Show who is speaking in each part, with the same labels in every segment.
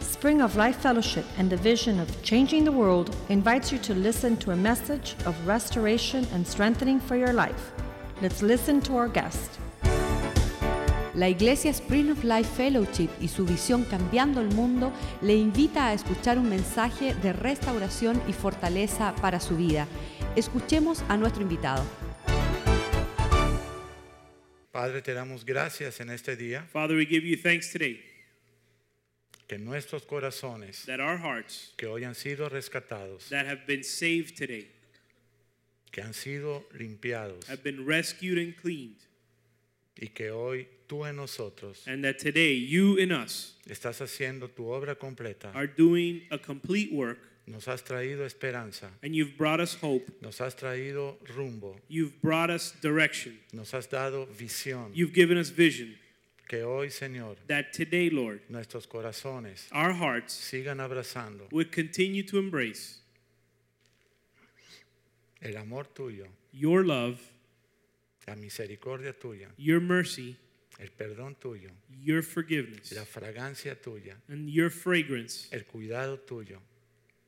Speaker 1: Spring of Life Fellowship and the vision of changing the world invites you to listen to a message of restoration and strengthening for your life. Let's listen to our guest.
Speaker 2: La Iglesia Spring of Life Fellowship y su visión Cambiando el Mundo le invita a escuchar un mensaje de restauración y fortaleza para su vida. Escuchemos a nuestro invitado.
Speaker 3: Padre, te damos gracias en este día
Speaker 4: Father, we give you thanks today
Speaker 3: que nuestros corazones
Speaker 4: that our hearts
Speaker 3: que hoy han sido rescatados,
Speaker 4: that have been saved today
Speaker 3: que han sido limpiados
Speaker 4: have been rescued and cleaned,
Speaker 3: y que hoy tú en nosotros
Speaker 4: and that today you in us
Speaker 3: estás haciendo tu obra completa.
Speaker 4: are doing a complete work
Speaker 3: Nos has traído esperanza,
Speaker 4: and you've brought us hope,
Speaker 3: nos has traído rumbo,
Speaker 4: you've brought us direction,
Speaker 3: nos has dado visión.
Speaker 4: you've given us vision.
Speaker 3: Que hoy, Señor,
Speaker 4: That today, Lord,
Speaker 3: nuestros corazones
Speaker 4: our hearts
Speaker 3: sigan abrazando
Speaker 4: would continue to embrace
Speaker 3: el amor tuyo,
Speaker 4: your love,
Speaker 3: la misericordia tuya,
Speaker 4: your mercy,
Speaker 3: el perdón tuyo,
Speaker 4: your forgiveness,
Speaker 3: la fragancia tuya,
Speaker 4: and your fragrance,
Speaker 3: el cuidado tuyo,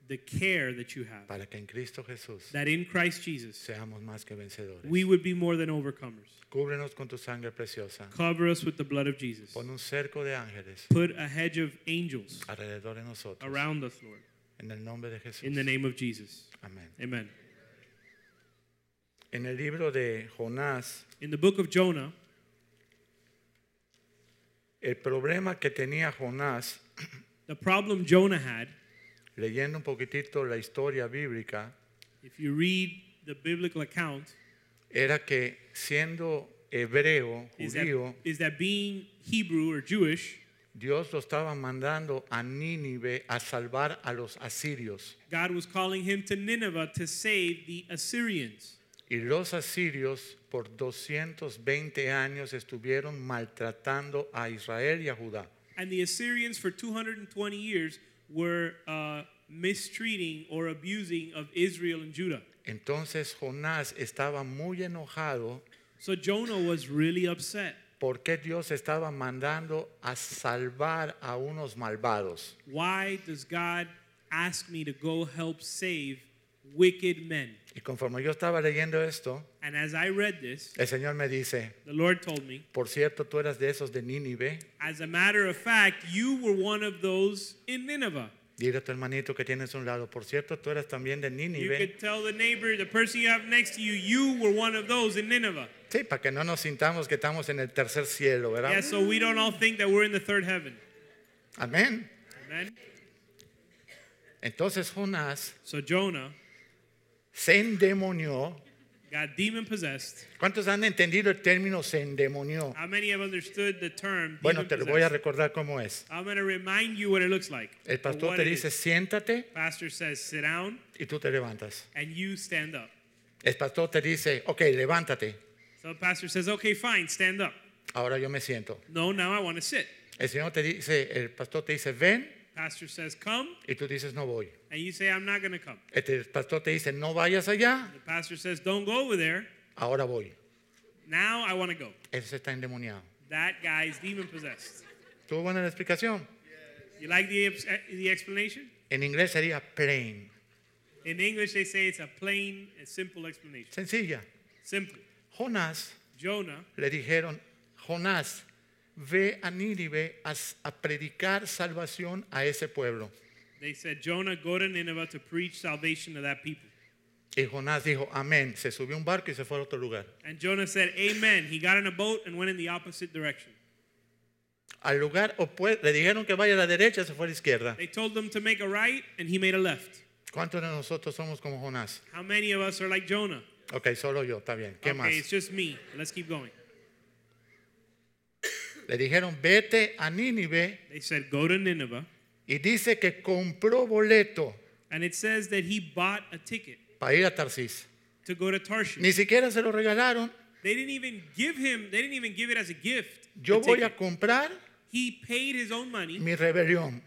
Speaker 4: the care that you have.
Speaker 3: para que en Cristo Jesús
Speaker 4: That in Christ Jesus,
Speaker 3: seamos más que vencedores.
Speaker 4: we would be more than overcomers.
Speaker 3: Cúbrenos con tu sangre preciosa.
Speaker 4: Cover us with the blood of Jesus.
Speaker 3: Pon un cerco de ángeles
Speaker 4: Put a hedge of angels
Speaker 3: alrededor de nosotros.
Speaker 4: around us, Lord,
Speaker 3: En el nombre de Jesús.
Speaker 4: in the name of Jesus.
Speaker 3: Amén.
Speaker 4: Amen.
Speaker 3: En el libro de Jonás,
Speaker 4: In the book of Jonah,
Speaker 3: el problema que tenía Jonás,
Speaker 4: the problem Jonah had,
Speaker 3: leyendo un poquitito la historia bíblica,
Speaker 4: if you read the biblical account,
Speaker 3: era que siendo hebreo,
Speaker 4: is that,
Speaker 3: judío,
Speaker 4: is that being Hebrew or Jewish,
Speaker 3: Dios lo estaba mandando a Nínive a salvar a los asirios.
Speaker 4: God was calling him to Nineveh to save the Assyrians.
Speaker 3: Y los asirios por 220 años estuvieron maltratando a Israel y a Judá.
Speaker 4: And the Assyrians for 220 years were uh, mistreating or abusing of Israel and Judah.
Speaker 3: Entonces Jonás estaba muy enojado
Speaker 4: So Jonah was really upset.
Speaker 3: porque Dios estaba mandando a salvar a unos malvados.
Speaker 4: Why does God ask me to go help save wicked men?
Speaker 3: Y conforme yo estaba leyendo esto,
Speaker 4: And as I read this,
Speaker 3: el Señor me dice,
Speaker 4: the Lord told me,
Speaker 3: por cierto, tú eras de esos de Nínive.
Speaker 4: as a matter of fact, you were one of those in Nineveh.
Speaker 3: Dile a tu hermanito que tienes a un lado, por cierto, tú eras también de
Speaker 4: You
Speaker 3: Nínive.
Speaker 4: could tell the neighbor, the person you have next to you, you were one of those in Nineveh.
Speaker 3: Sí, para que no nos sintamos que estamos en el tercer cielo, ¿verdad?
Speaker 4: Yeah, so we don't all think that we're in the third heaven.
Speaker 3: Amén.
Speaker 4: Amen.
Speaker 3: Entonces Jonás
Speaker 4: So Jonah
Speaker 3: se endemonió.
Speaker 4: got demon possessed.
Speaker 3: ¿Cuántos han entendido el término se endemonió?
Speaker 4: How many have understood the term?
Speaker 3: Bueno, te lo voy a
Speaker 4: demon-possessed?
Speaker 3: recordar cómo es.
Speaker 4: I'm going to remind you what it looks like.
Speaker 3: El
Speaker 4: or
Speaker 3: pastor
Speaker 4: what
Speaker 3: te
Speaker 4: it is.
Speaker 3: dice, siéntate
Speaker 4: Pastor says, sit down
Speaker 3: y tú te levantas.
Speaker 4: and you stand up.
Speaker 3: El pastor te dice, ok, levántate.
Speaker 4: So pastor says, okay, fine, stand up.
Speaker 3: Ahora yo me siento.
Speaker 4: No, now I want to sit.
Speaker 3: El Señor te dice, el pastor te dice, ven
Speaker 4: Pastor says, come,
Speaker 3: y tú dices, no voy.
Speaker 4: and you say, I'm not going to come.
Speaker 3: Este, El pastor te dice, no vayas allá,
Speaker 4: The pastor says, don't go over there.
Speaker 3: ahora voy.
Speaker 4: Now I want to go.
Speaker 3: Ese está endemoniado.
Speaker 4: That guy's demon possessed.
Speaker 3: ¿Tuvo buena la explicación?
Speaker 4: You like the, ex- eh, the explanation?
Speaker 3: En inglés sería plain,
Speaker 4: In English, they say it's a plain and simple explanation.
Speaker 3: sencilla.
Speaker 4: Simple.
Speaker 3: Jonás
Speaker 4: Jonah
Speaker 3: le dijeron, Jonás, ve a Nínive a, s- a predicar salvación a ese pueblo.
Speaker 4: They said, Jonah, go to Nineveh to preach salvation to that people.
Speaker 3: Y Jonás dijo, amén. Se subió a un barco y se fue a otro lugar.
Speaker 4: And Jonah said, Amen. He got in a boat and went in the opposite direction.
Speaker 3: Al lugar opuesto, le dijeron que vaya a la derecha, se fue a la izquierda.
Speaker 4: They told him to make a right, and he made a left.
Speaker 3: ¿Cuántos de nosotros somos como Jonás?
Speaker 4: How many of us are like Jonah?
Speaker 3: Ok, solo yo, está bien. ¿Qué
Speaker 4: okay,
Speaker 3: más?
Speaker 4: it's just me. Let's keep going.
Speaker 3: Le dijeron, vete a Nínive
Speaker 4: They said, Go to Nineveh.
Speaker 3: y dice que compró boleto
Speaker 4: And it says that he bought a ticket
Speaker 3: para ir a Tarsis.
Speaker 4: to go to Tarshish.
Speaker 3: Ni siquiera se lo regalaron.
Speaker 4: They didn't even give him, they didn't even give it as a gift.
Speaker 3: Yo
Speaker 4: the
Speaker 3: voy
Speaker 4: ticket.
Speaker 3: a comprar
Speaker 4: He paid his own money.
Speaker 3: mi rebelión.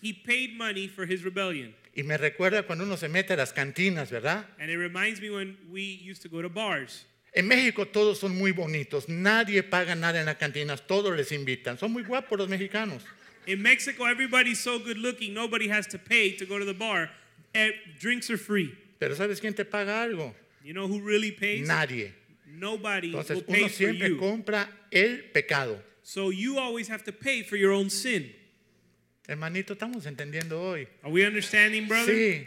Speaker 4: He paid money for his rebellion.
Speaker 3: Y me recuerda cuando uno se mete a las cantinas, ¿verdad?
Speaker 4: And it reminds me when we used to go to bars.
Speaker 3: En México todos son muy bonitos, nadie paga nada en las cantinas, todos les invitan. Son muy guapos los mexicanos.
Speaker 4: In Mexico, everybody's so good looking, nobody has to pay to go to the bar. Eh, drinks are free.
Speaker 3: Pero ¿sabes quién te paga algo?
Speaker 4: You know who really pays?
Speaker 3: Nadie.
Speaker 4: Nobody
Speaker 3: Entonces
Speaker 4: will pay
Speaker 3: uno
Speaker 4: for
Speaker 3: siempre
Speaker 4: you.
Speaker 3: compra el pecado.
Speaker 4: So you always have to pay for your own sin.
Speaker 3: Hermanito, estamos entendiendo hoy.
Speaker 4: Are we understanding, brother?
Speaker 3: Sí,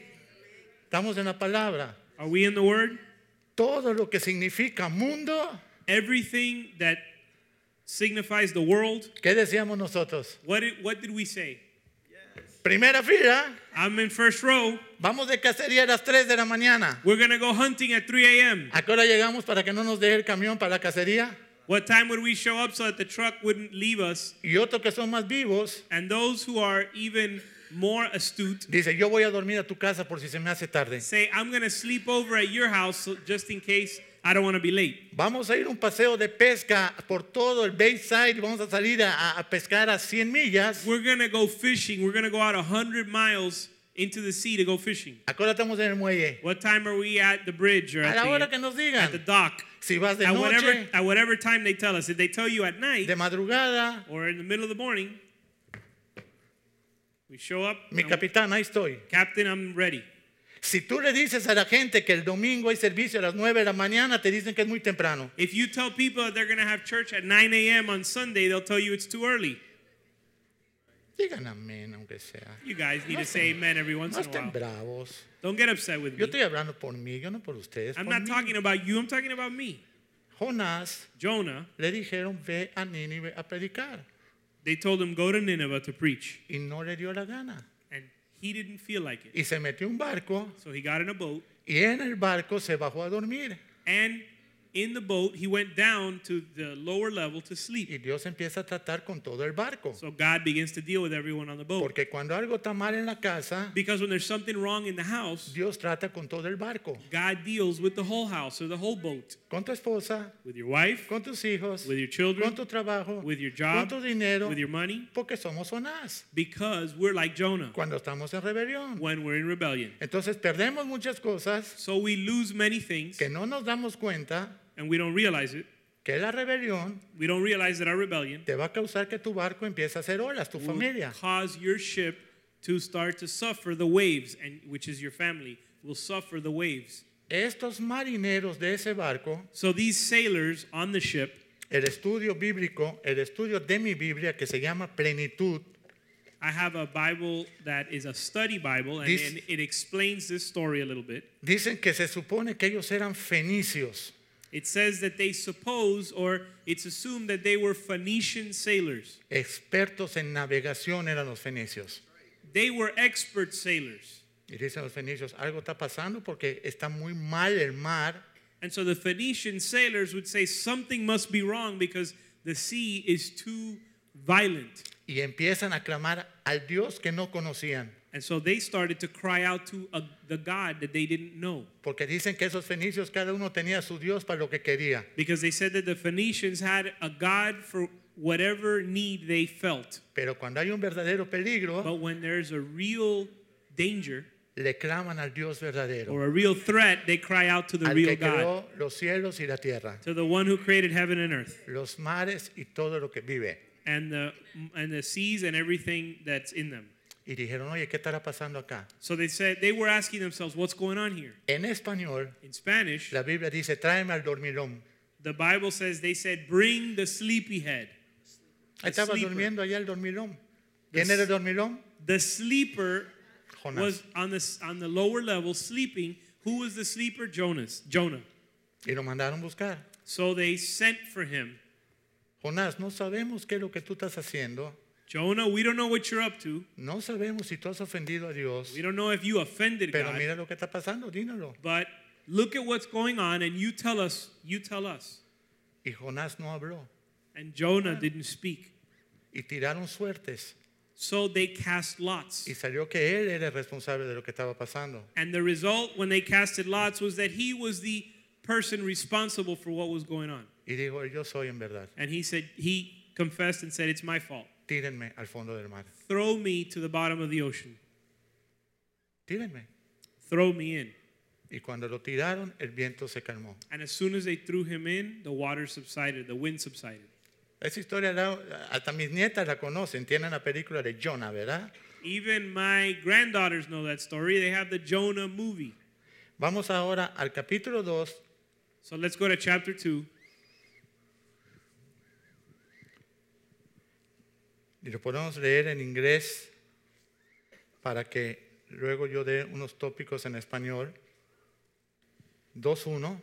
Speaker 3: estamos en la palabra.
Speaker 4: Are we in the word?
Speaker 3: Todo lo que significa mundo,
Speaker 4: Everything that signifies the world.
Speaker 3: ¿qué decíamos nosotros?
Speaker 4: What did, what did we say?
Speaker 3: Primera fila,
Speaker 4: I'm in first row.
Speaker 3: vamos de cacería a las 3 de la mañana.
Speaker 4: We're going to go hunting at 3 a.m.
Speaker 3: ¿A qué hora llegamos para que no nos deje el camión para la cacería?
Speaker 4: What time would we show up so that the truck wouldn't leave us?
Speaker 3: Y otros que son más vivos,
Speaker 4: And those who are even more astute
Speaker 3: dice, yo voy a dormir a tu casa por si se me hace tarde.
Speaker 4: say, I'm going to sleep over at your house so- just in case I don't want to be late.
Speaker 3: Vamos a ir un paseo de pesca por todo el Bayside y vamos a salir a, a pescar a 100 millas.
Speaker 4: We're going to go fishing. We're going to go out 100 miles into the sea to go fishing.
Speaker 3: ¿A qué hora estamos en el muelle?
Speaker 4: What time are we at the bridge or
Speaker 3: A
Speaker 4: at,
Speaker 3: la
Speaker 4: the,
Speaker 3: hora que nos
Speaker 4: at the
Speaker 3: digan.
Speaker 4: dock?
Speaker 3: Si vas de
Speaker 4: At whatever,
Speaker 3: noche,
Speaker 4: at whatever time they tell us. If they tell you at night
Speaker 3: de madrugada,
Speaker 4: or in the middle of the morning, we show up.
Speaker 3: mi
Speaker 4: and-
Speaker 3: capitán, ahí estoy.
Speaker 4: Captain, I'm ready.
Speaker 3: Si tú le dices a la gente que el domingo hay servicio a las 9 de la mañana, te dicen que es muy temprano.
Speaker 4: If you tell people that they're going to have church at 9 a.m. on Sunday, they'll tell you it's too early.
Speaker 3: Digan amén, aunque sea.
Speaker 4: You guys need to say amen every once
Speaker 3: No
Speaker 4: in a
Speaker 3: estén
Speaker 4: while.
Speaker 3: bravos.
Speaker 4: Don't get upset with
Speaker 3: Yo
Speaker 4: me.
Speaker 3: estoy hablando por mí, yo no por ustedes.
Speaker 4: I'm
Speaker 3: por
Speaker 4: not
Speaker 3: mí.
Speaker 4: talking about you, I'm talking about me.
Speaker 3: Jonás
Speaker 4: Jonah,
Speaker 3: le dijeron, ve a Nínive a predicar.
Speaker 4: they told him, go to Nineveh to preach.
Speaker 3: Y no le dio la gana.
Speaker 4: And he didn't feel like it.
Speaker 3: Y se metió un barco
Speaker 4: So he got in a boat,
Speaker 3: y en el barco se bajó a dormir.
Speaker 4: and in the boat, he went down to the lower level
Speaker 3: Y
Speaker 4: to sleep.
Speaker 3: Dios empieza a tratar con todo el barco.
Speaker 4: So God begins to deal with everyone on the boat.
Speaker 3: Porque cuando algo está mal en la casa,
Speaker 4: Because when there's something wrong in the house,
Speaker 3: Dios trata con todo el barco.
Speaker 4: God deals with the whole house or the whole boat.
Speaker 3: Con tu esposa,
Speaker 4: With your wife,
Speaker 3: con tus hijos,
Speaker 4: with your children,
Speaker 3: con tu trabajo,
Speaker 4: with your
Speaker 3: con
Speaker 4: job,
Speaker 3: tu dinero,
Speaker 4: with your money,
Speaker 3: porque somos Jonás
Speaker 4: because we're like Jonah
Speaker 3: cuando estamos en rebelión.
Speaker 4: when we're in rebellion.
Speaker 3: Entonces perdemos muchas cosas
Speaker 4: So we lose many things
Speaker 3: que no nos damos cuenta
Speaker 4: and we don't realize it.
Speaker 3: que la rebelión
Speaker 4: We don't realize that our rebellion
Speaker 3: te va a causar que tu barco empiece a hacer olas, tu
Speaker 4: will
Speaker 3: familia.
Speaker 4: cause your ship to start to suffer the waves, and which is your family will suffer the waves.
Speaker 3: Estos marineros de ese barco,
Speaker 4: So these sailors on the ship,
Speaker 3: el estudio bíblico, el estudio de mi Biblia que se llama Plenitud,
Speaker 4: I have a Bible that is a study Bible, and,
Speaker 3: This-
Speaker 4: and it explains this story a little bit.
Speaker 3: dicen que se supone que ellos eran fenicios.
Speaker 4: It says that they suppose, or it's assumed that they were Phoenician sailors.
Speaker 3: Expertos en navegación eran los fenicios.
Speaker 4: They were expert sailors.
Speaker 3: Y dicen los fenicios, algo está pasando porque está muy mal el mar.
Speaker 4: And so the Phoenician sailors would say something must be wrong because the sea is too violent.
Speaker 3: Y empiezan a clamar al Dios que no conocían.
Speaker 4: And so they started to cry out to a, the God that they didn't know.
Speaker 3: Porque dicen que esos fenicios, cada uno tenía su Dios para lo que quería.
Speaker 4: Because they said that the Phoenicians had a God for whatever need they felt.
Speaker 3: Pero cuando hay un verdadero peligro,
Speaker 4: But when there's a real danger
Speaker 3: le claman al Dios verdadero,
Speaker 4: or a real threat, they cry out to the
Speaker 3: al
Speaker 4: real
Speaker 3: que
Speaker 4: God,
Speaker 3: creó los cielos y la tierra,
Speaker 4: to the one who created heaven and earth
Speaker 3: los mares y todo lo que vive.
Speaker 4: and the, and the seas and everything that's in them.
Speaker 3: Y dijeron, oye, ¿qué estará pasando acá?
Speaker 4: So they said, they were asking themselves, what's going on here?
Speaker 3: En español,
Speaker 4: In Spanish,
Speaker 3: la Biblia dice, tráeme al dormilón.
Speaker 4: The Bible says they said, Bring the sleepyhead.
Speaker 3: Ahí estaba
Speaker 4: sleeper.
Speaker 3: durmiendo allá el dormilón.
Speaker 4: The
Speaker 3: ¿Quién era
Speaker 4: s-
Speaker 3: el dormilón?
Speaker 4: The sleeper was
Speaker 3: Jonás.
Speaker 4: on the, on the lower level sleeping. Who was the sleeper? Jonas, Jonah.
Speaker 3: Y lo mandaron buscar.
Speaker 4: So they sent for him.
Speaker 3: Jonás, no sabemos qué es lo que tú estás haciendo.
Speaker 4: Jonah, we don't know what you're up to.
Speaker 3: No sabemos si tú has ofendido a Dios.
Speaker 4: We don't know if you offended
Speaker 3: Pero
Speaker 4: God.
Speaker 3: mira lo que está pasando, dínoslo.
Speaker 4: But look at what's going on and you tell us, you tell us.
Speaker 3: Y Jonás no habló.
Speaker 4: And Jonah didn't speak.
Speaker 3: Y tiraron suertes.
Speaker 4: So they cast lots.
Speaker 3: Y salió que él era el responsable de lo que estaba pasando.
Speaker 4: And the result when they casted lots was that he was the person responsible for what was going on.
Speaker 3: Y dijo, yo soy en verdad.
Speaker 4: And he said, he confessed and said, It's my fault.
Speaker 3: Tírenme al fondo del mar.
Speaker 4: Throw me to the bottom of the ocean.
Speaker 3: Tírenme.
Speaker 4: Throw me in.
Speaker 3: Y cuando lo tiraron, el viento se calmó.
Speaker 4: And as soon as they threw him in, the water subsided, the wind subsided.
Speaker 3: Esa historia la- hasta mis nietas la conocen, tienen la película de Jonah, ¿verdad?
Speaker 4: Even my granddaughters know that story. They have the Jonah movie.
Speaker 3: Vamos ahora al capítulo 2,
Speaker 4: So let's go to chapter 2,
Speaker 3: y lo podemos leer en inglés para que luego yo dé unos tópicos en español. 2.1,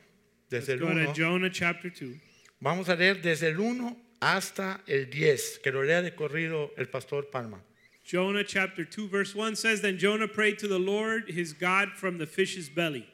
Speaker 3: desde el
Speaker 4: Let's go to
Speaker 3: 1.
Speaker 4: Jonah chapter 2.
Speaker 3: Vamos a leer desde el 1 hasta el 10, que lo lea de corrido el pastor Palma.
Speaker 4: Jonah chapter 2, verse 1 says Then Jonah prayed to the Lord his God from the fish's belly.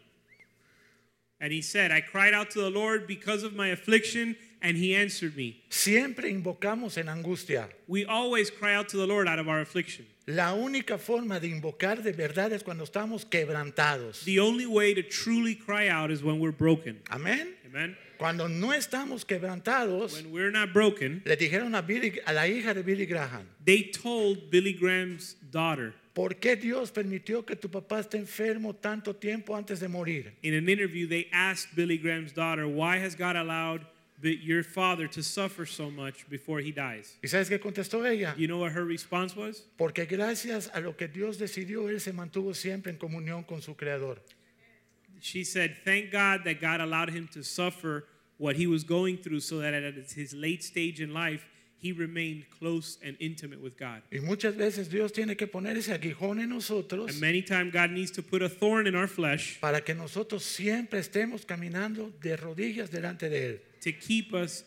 Speaker 4: And he said, I cried out to the Lord because of my affliction, and he answered me.
Speaker 3: Siempre invocamos en angustia.
Speaker 4: We always cry out to the Lord out of our affliction.
Speaker 3: La única forma de invocar de verdad es cuando estamos quebrantados.
Speaker 4: The only way to truly cry out is when we're broken.
Speaker 3: Amén.
Speaker 4: Amen.
Speaker 3: Cuando no estamos quebrantados,
Speaker 4: When we're not broken,
Speaker 3: le dijeron a, Billy- a la hija de Billy Graham,
Speaker 4: they told Billy Graham's daughter
Speaker 3: ¿por qué Dios permitió que tu papá esté enfermo tanto tiempo antes de morir?
Speaker 4: in an interview, they asked Billy Graham's daughter, Why has God allowed the- your father to suffer so much before he dies?
Speaker 3: ¿Y sabes qué contestó ella?
Speaker 4: You know what her response was?
Speaker 3: Porque gracias a lo que Dios decidió, él se mantuvo siempre en comunión con su Creador.
Speaker 4: She said, Thank God that God allowed him to suffer what he was going through so that at his late stage in life, he remained close and intimate with God.
Speaker 3: Y muchas veces Dios tiene que poner ese aguijón en nosotros
Speaker 4: And many times, God needs to put a thorn in our flesh
Speaker 3: para que nosotros siempre estemos caminando de rodillas delante de Él.
Speaker 4: to keep us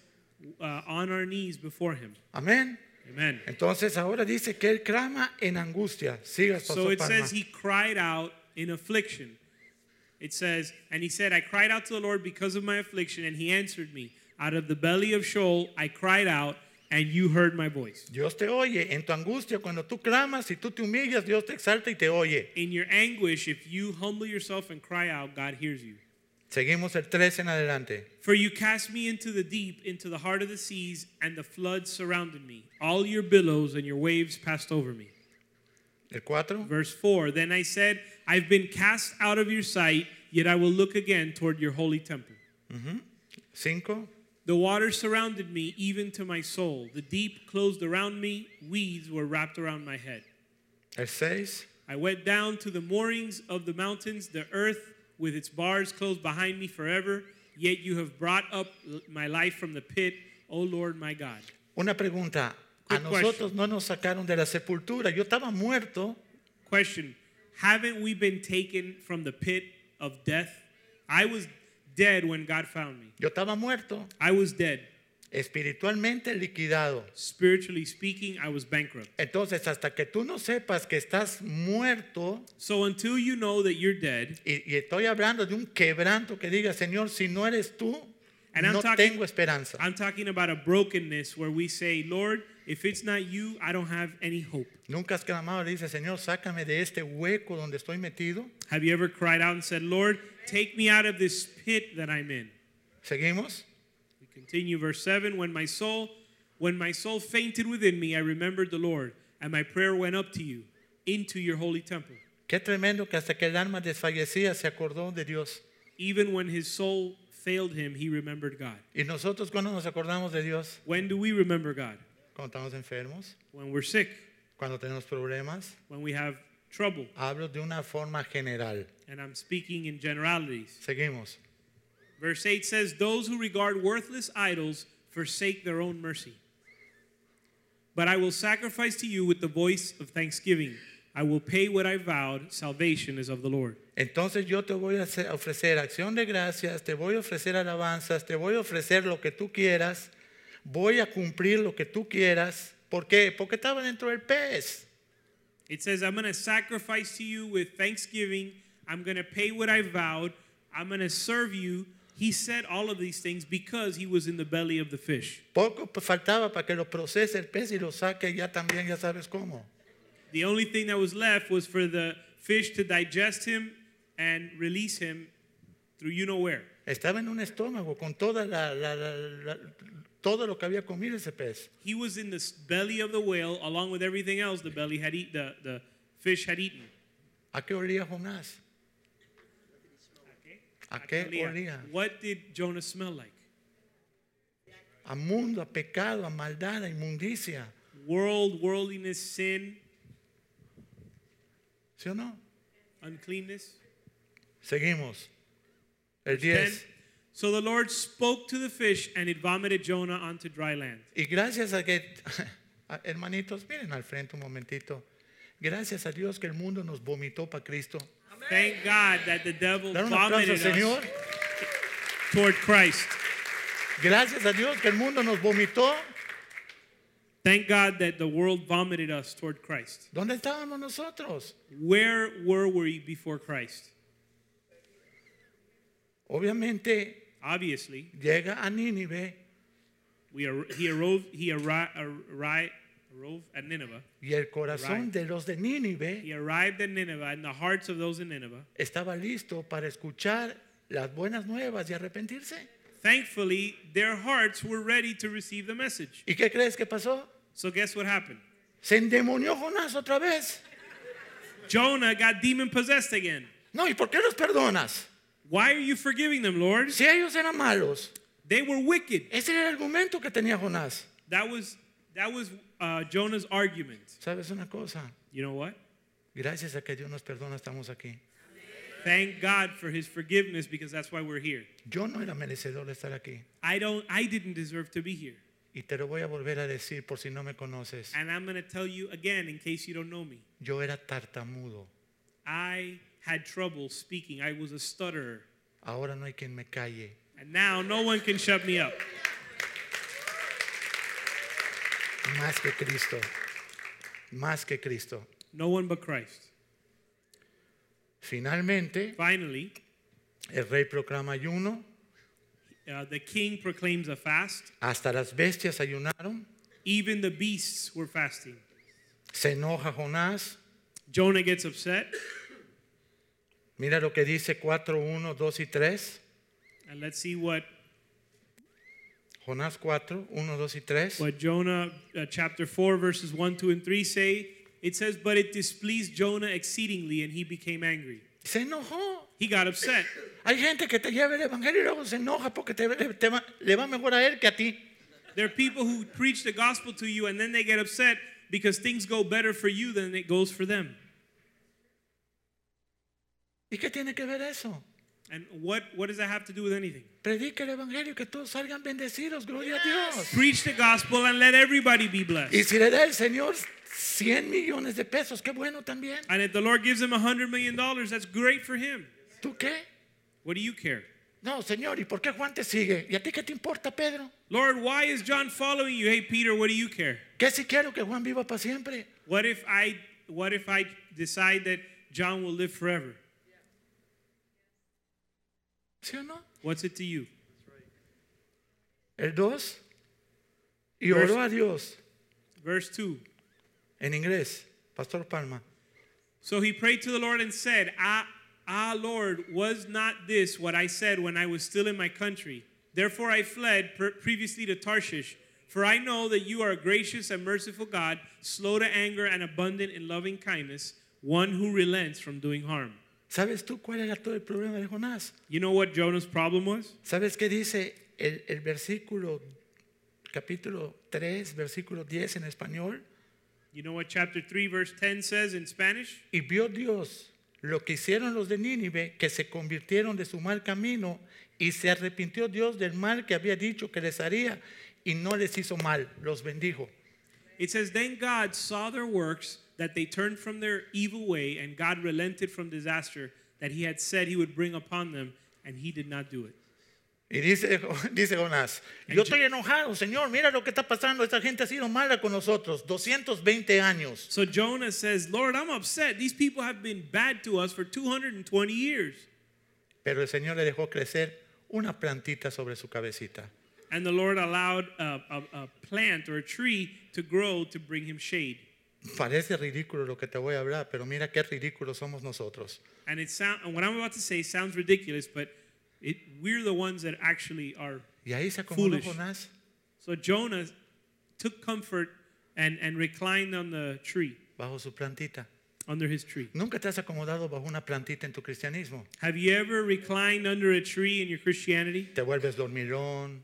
Speaker 4: uh, on our knees before him.
Speaker 3: Amén.
Speaker 4: Amen.
Speaker 3: Entonces ahora dice que Él clama en angustia. Sigas, Pastor
Speaker 4: So it
Speaker 3: Palma.
Speaker 4: says he cried out in affliction. It says, and he said, I cried out to the Lord because of my affliction, and he answered me. Out of the belly of Sheol I cried out, and you heard my voice.
Speaker 3: Dios te oye en tu angustia. Cuando tú clamas y tú te humillas, Dios te exalta y te oye.
Speaker 4: In your anguish, if you humble yourself and cry out, God hears you.
Speaker 3: Seguimos el 3 en adelante.
Speaker 4: For you cast me into the deep, into the heart of the seas, and the floods surrounded me. All your billows and your waves passed over me.
Speaker 3: El 4.
Speaker 4: Verse 4 Then I said, I've been cast out of your sight, yet I will look again toward your holy temple.
Speaker 3: 5.
Speaker 4: The waters surrounded me, even to my soul. The deep closed around me, weeds were wrapped around my head.
Speaker 3: El 6.
Speaker 4: I went down to the moorings of the mountains, the earth with its bars closed behind me forever. Yet you have brought up l- my life from the pit, O Lord my God.
Speaker 3: Una pregunta. A
Speaker 4: Quick
Speaker 3: nosotros no nos sacaron de la sepultura. Yo estaba muerto.
Speaker 4: Question Haven't we been taken from the pit of death? I was dead when God found me.
Speaker 3: Yo estaba muerto.
Speaker 4: I was dead.
Speaker 3: Espiritualmente liquidado.
Speaker 4: Spiritually speaking, I was bankrupt.
Speaker 3: Entonces, hasta que tú no sepas que estás muerto,
Speaker 4: So until you know that you're dead,
Speaker 3: y, y estoy hablando de un quebranto que diga, Señor, si no eres tú,
Speaker 4: And I'm
Speaker 3: no
Speaker 4: talking-
Speaker 3: tengo esperanza.
Speaker 4: I'm talking about a brokenness where we say, Lord, if it's not you, I don't have any hope.
Speaker 3: Nunca has clamado, le dice, Señor, sácame de este hueco donde estoy metido.
Speaker 4: Have you ever cried out and said, Lord, take me out of this pit that I'm in?
Speaker 3: Seguimos.
Speaker 4: We continue verse 7 when my soul when my soul fainted within me I remembered the Lord and my prayer went up to you into your holy temple
Speaker 3: Qué tremendo que hasta que el alma desfallecía se acordó de Dios.
Speaker 4: even when his soul failed him he remembered God
Speaker 3: Y nosotros cuando nos acordamos de Dios,
Speaker 4: when do we remember God
Speaker 3: cuando estamos enfermos,
Speaker 4: when we're sick
Speaker 3: cuando tenemos problemas,
Speaker 4: when we have trouble
Speaker 3: hablo de una forma general.
Speaker 4: and I'm speaking in generalities
Speaker 3: Seguimos.
Speaker 4: Verse 8 says, Those who regard worthless idols forsake their own mercy. But I will sacrifice to you with the voice of thanksgiving. I will pay what I vowed. Salvation is of the Lord.
Speaker 3: Entonces yo te voy a hacer- a ofrecer acción de gracias, te voy a ofrecer alabanzas, te voy a ofrecer lo que tú quieras, voy a cumplir lo que tú quieras. ¿Por qué? Porque estaba dentro del pez.
Speaker 4: It says, I'm going to sacrifice to you with thanksgiving. I'm going to pay what I vowed. I'm going to serve you. He said all of these things because he was in the belly of the fish.
Speaker 3: Poco p- faltaba para que lo procese el pez y lo saque ya también, ya sabes cómo.
Speaker 4: The only thing that was left was for the fish to digest him and release him through you know where.
Speaker 3: Estaba en un estómago con toda la- la- la- la- todo lo que había comido ese pez.
Speaker 4: He was in the s- belly of the whale, along with everything else the belly had eat, the, the fish had eaten.
Speaker 3: ¿A qué olía Jonás? ¿A qué olía?
Speaker 4: What did Jonah smell like?
Speaker 3: A mundo, a pecado, a maldad, a inmundicia.
Speaker 4: World, worldliness, sin,
Speaker 3: ¿Sí o no?
Speaker 4: uncleanness.
Speaker 3: Seguimos. El
Speaker 4: Then,
Speaker 3: 10.
Speaker 4: so the Lord spoke to the fish, and it vomited Jonah onto dry land.
Speaker 3: Y gracias a que, a- hermanitos, miren al frente un momentito. Gracias a Dios que el mundo nos vomitó para Cristo.
Speaker 4: Thank God that the devil
Speaker 3: Dar un aplauso al
Speaker 4: vomited
Speaker 3: Señor.
Speaker 4: us toward Christ.
Speaker 3: Gracias a Dios que el mundo nos vomitó.
Speaker 4: Thank God that the world vomited us toward Christ.
Speaker 3: ¿Dónde estábamos nosotros?
Speaker 4: Where were we before Christ?
Speaker 3: Obviamente
Speaker 4: Obviously,
Speaker 3: llega a Nínive
Speaker 4: we ar- he arose he arri- arri- arrove at Nineveh.
Speaker 3: y el corazón
Speaker 4: Right.
Speaker 3: de los de Nínive
Speaker 4: He arrived at Nineveh, and the hearts of those in Nineveh.
Speaker 3: estaba listo para escuchar las buenas nuevas y arrepentirse.
Speaker 4: Thankfully, their hearts were ready to receive the message.
Speaker 3: ¿Y qué crees que pasó?
Speaker 4: So guess what happened?
Speaker 3: Se endemonió Jonás otra vez.
Speaker 4: Jonah got demon possessed again.
Speaker 3: No, ¿y por qué los perdonas?
Speaker 4: Why are you forgiving them, Lord?
Speaker 3: Si ellos eran malos.
Speaker 4: They were wicked.
Speaker 3: Ese era el argumento que tenía Jonás.
Speaker 4: That was that was uh, Jonah's argument.
Speaker 3: ¿Sabes una cosa?
Speaker 4: You know what?
Speaker 3: Gracias a que Dios nos perdona estamos aquí.
Speaker 4: Thank God for His forgiveness because that's why we're here.
Speaker 3: Yo no era merecedor de estar aquí.
Speaker 4: I don't. I didn't deserve to be here,
Speaker 3: Y te lo voy a volver a decir por si no me conoces.
Speaker 4: and I'm gonna tell you again in case you don't know me.
Speaker 3: Yo era tartamudo.
Speaker 4: I had trouble speaking. I was a stutterer,
Speaker 3: Ahora no hay quien me calle.
Speaker 4: and now no one can shut me up
Speaker 3: Más que Cristo. Más que Cristo.
Speaker 4: no one but Christ.
Speaker 3: Finalmente,
Speaker 4: Finally,
Speaker 3: el rey proclama ayuno.
Speaker 4: uh, the king proclaims a fast.
Speaker 3: Hasta las bestias ayunaron.
Speaker 4: Even the beasts were fasting.
Speaker 3: Se enoja Jonás.
Speaker 4: Jonah gets upset,
Speaker 3: Mira lo que dice 4, 1, 2 y 3.
Speaker 4: and let's see what
Speaker 3: Jonás 4, 1, 2 y 3.
Speaker 4: what Jonah uh, chapter 4 verses 1, 2 and 3 say. It says, "But it displeased Jonah exceedingly, and he became angry.
Speaker 3: Se enojó.
Speaker 4: He got upset."
Speaker 3: Hay gente que te lleva el evangelio y luego se enoja porque te, te va- le va mejor a él que a ti.
Speaker 4: There are people who preach the gospel to you and then they get upset because things go better for you than it goes for them.
Speaker 3: ¿Y qué tiene que ver eso?
Speaker 4: And what, what does that have to do with anything?
Speaker 3: Predica el evangelio y que todos salgan bendecidos, gloria a Dios.
Speaker 4: Preach the gospel and let everybody be
Speaker 3: Y
Speaker 4: blessed.
Speaker 3: si le da el Señor 100 millones de pesos, qué bueno también.
Speaker 4: And if the Lord gives him a $100 million, that's great for him.
Speaker 3: ¿Tú qué?
Speaker 4: What do you care?
Speaker 3: No, Señor, ¿y por qué Juan te sigue? ¿Y a ti qué te importa, Pedro?
Speaker 4: Lord, why is John following you? Hey, Peter, what do you care?
Speaker 3: ¿Qué si quiero que Juan viva para siempre?
Speaker 4: What if I, what if I decide that John will live forever?
Speaker 3: ¿Sí o no?
Speaker 4: What's it to you?
Speaker 3: El 2. Y oró a Dios
Speaker 4: Verse 2.
Speaker 3: en inglés, Pastor Palma.
Speaker 4: So he prayed to the Lord and said, Ah, ah, Lord, was not this what I said when I was still in my country? Therefore I fled per- previously to Tarshish, for I know that you are a gracious and merciful God, slow to anger and abundant in loving kindness, one who relents from doing harm.
Speaker 3: ¿Sabes tú cuál era todo el problema de Jonás?
Speaker 4: You know what Jonah's problem was?
Speaker 3: ¿Sabes qué dice el, el versículo, capítulo 3, versículo 10 en español?
Speaker 4: You know what chapter 3, verse 10 says in Spanish?
Speaker 3: Y vio Dios lo que hicieron los de Nínive, que se convirtieron de su mal camino, y se arrepintió Dios del mal que había dicho que les haría, y no les hizo mal, los bendijo.
Speaker 4: It says, Then God saw their works, that they turned from their evil way, and God relented from disaster that he had said he would bring upon them, and he did not do it.
Speaker 3: Y dice, dice Jonás, yo estoy enojado, Señor, mira lo que está pasando, esta gente ha sido mala con nosotros, 220 años.
Speaker 4: So Jonah says, Lord, I'm upset. These people have been bad to us for 220 years.
Speaker 3: Pero el Señor le dejó crecer una plantita sobre su cabecita.
Speaker 4: And the Lord allowed a, a, a plant or a tree to grow to bring him shade.
Speaker 3: Parece ridículo lo que te voy a hablar, pero mira qué ridículos somos nosotros.
Speaker 4: And it sound, and what I'm about to say sounds ridiculous, but it, we're the ones that actually are.
Speaker 3: Y ahí se acomodó
Speaker 4: Foolish.
Speaker 3: Jonás.
Speaker 4: So Jonah took comfort and, and reclined on the tree,
Speaker 3: bajo su plantita.
Speaker 4: under his tree.
Speaker 3: Nunca te has acomodado bajo una plantita en tu cristianismo.
Speaker 4: Have you ever reclined under a tree in your Christianity?
Speaker 3: Te vuelves dormilón.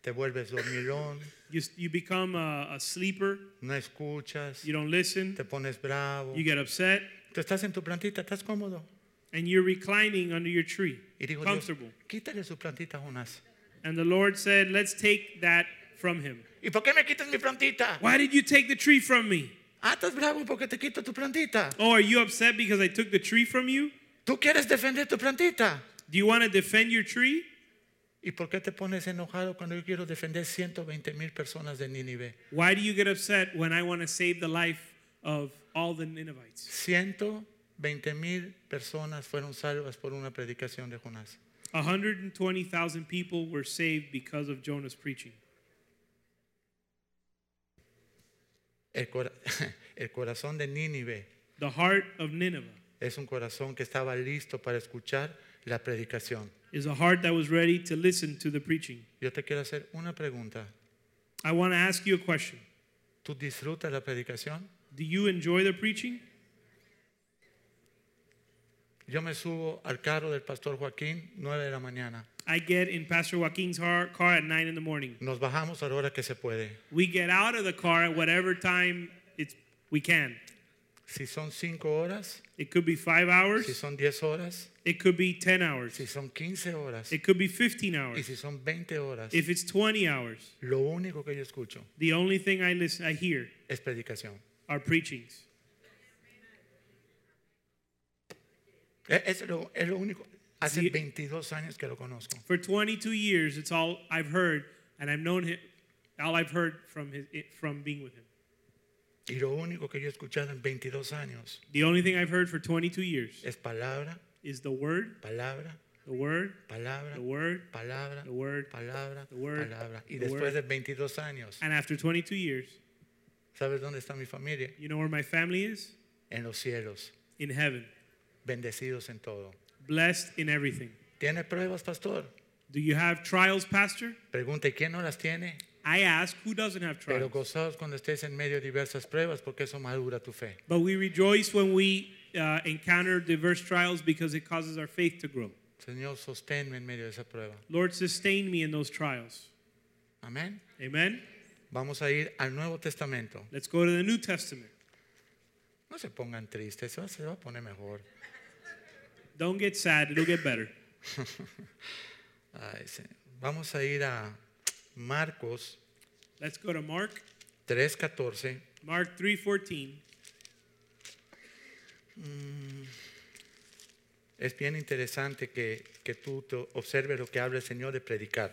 Speaker 3: Te vuelves dormilón.
Speaker 4: You, you become a, a sleeper,
Speaker 3: No escuchas.
Speaker 4: you don't listen,
Speaker 3: Te pones bravo.
Speaker 4: you get upset,
Speaker 3: Tú estás en tu plantita, estás cómodo.
Speaker 4: and you're reclining under your tree,
Speaker 3: Y dijo Dios,
Speaker 4: comfortable.
Speaker 3: quítale su plantita a Jonás.
Speaker 4: And the Lord said, Let's take that from him.
Speaker 3: ¿Y por qué me quitas mi plantita?
Speaker 4: Why did you take the tree from me?
Speaker 3: Ah, estás bravo porque te quito tu plantita.
Speaker 4: Oh, are you upset because I took the tree from you?
Speaker 3: Tú quieres defender tu plantita.
Speaker 4: Do you want to defend your tree?
Speaker 3: ¿Y por qué te pones enojado cuando yo quiero defender 120 mil personas de Nínive?
Speaker 4: Why do you get upset when I want to save the life of all the Ninevites?
Speaker 3: 120 mil personas fueron salvas por una predicación de Jonás.
Speaker 4: 120,000 people were saved because of Jonah's preaching.
Speaker 3: El, cora- el corazón de Nínive
Speaker 4: The heart of Nineveh
Speaker 3: es un corazón que estaba listo para escuchar la predicación.
Speaker 4: is a heart that was ready to listen to the preaching.
Speaker 3: Yo te quiero hacer una pregunta.
Speaker 4: I want to ask you a question.
Speaker 3: ¿Tú disfrutas la predicación?
Speaker 4: Do you enjoy the preaching?
Speaker 3: Yo me subo al carro del pastor Joaquín, 9 de la mañana.
Speaker 4: I get in Pastor Joaquin's har- car at 9 in the morning.
Speaker 3: Nos bajamos a la hora que se puede.
Speaker 4: We get out of the car at whatever time it's, we can.
Speaker 3: Si son 5 horas,
Speaker 4: It could be five
Speaker 3: si
Speaker 4: hours.
Speaker 3: son 10 horas,
Speaker 4: It could be 10 hours.
Speaker 3: si son 15 horas
Speaker 4: It could be 15
Speaker 3: y
Speaker 4: hours.
Speaker 3: si son 20 horas.
Speaker 4: If it's 20 hours,
Speaker 3: Lo único que yo escucho
Speaker 4: the only thing I listen, I hear
Speaker 3: es predicación.
Speaker 4: are preachings.
Speaker 3: E- Es lo, es lo único. Hace
Speaker 4: Sí.
Speaker 3: 22 años que lo conozco.
Speaker 4: For 22 years, it's all I've heard, and I've known him. All I've heard from his from being with him.
Speaker 3: Y lo único que yo he escuchado en 22 años
Speaker 4: The only thing I've heard for 22 years
Speaker 3: es palabra,
Speaker 4: is the word,
Speaker 3: palabra,
Speaker 4: the word,
Speaker 3: palabra,
Speaker 4: the word,
Speaker 3: palabra,
Speaker 4: the word.
Speaker 3: palabra,
Speaker 4: The word.
Speaker 3: palabra. Y
Speaker 4: The
Speaker 3: después
Speaker 4: word.
Speaker 3: de 22 años,
Speaker 4: And after 22 years,
Speaker 3: ¿sabes dónde está mi familia?
Speaker 4: you know where my family is?
Speaker 3: En los cielos,
Speaker 4: In heaven,
Speaker 3: bendecidos en todo.
Speaker 4: blessed in everything.
Speaker 3: ¿Tiene pruebas, pastor?
Speaker 4: Do you have trials, Pastor?
Speaker 3: Pregunta, ¿y quién no las tiene?
Speaker 4: I ask, who doesn't have
Speaker 3: Pero
Speaker 4: trials?
Speaker 3: gozaos cuando estés en medio de diversas pruebas, porque eso madura tu fe.
Speaker 4: But we rejoice when we uh, encounter diverse trials because it causes our faith to grow.
Speaker 3: Señor, sosténme en medio de esa prueba.
Speaker 4: Lord, sustain me in those trials.
Speaker 3: Amén.
Speaker 4: Amen.
Speaker 3: Vamos a ir al Nuevo Testamento.
Speaker 4: Let's go to the New Testament.
Speaker 3: No se pongan tristes, se va, se va a poner mejor.
Speaker 4: Don't get sad, it'll get better.
Speaker 3: Ay, se- Vamos a ir a Marcos
Speaker 4: Let's go to Mark,
Speaker 3: 3:14.
Speaker 4: Mark 3:14.
Speaker 3: Es bien interesante que, que tú te observes lo que habla el Señor de predicar.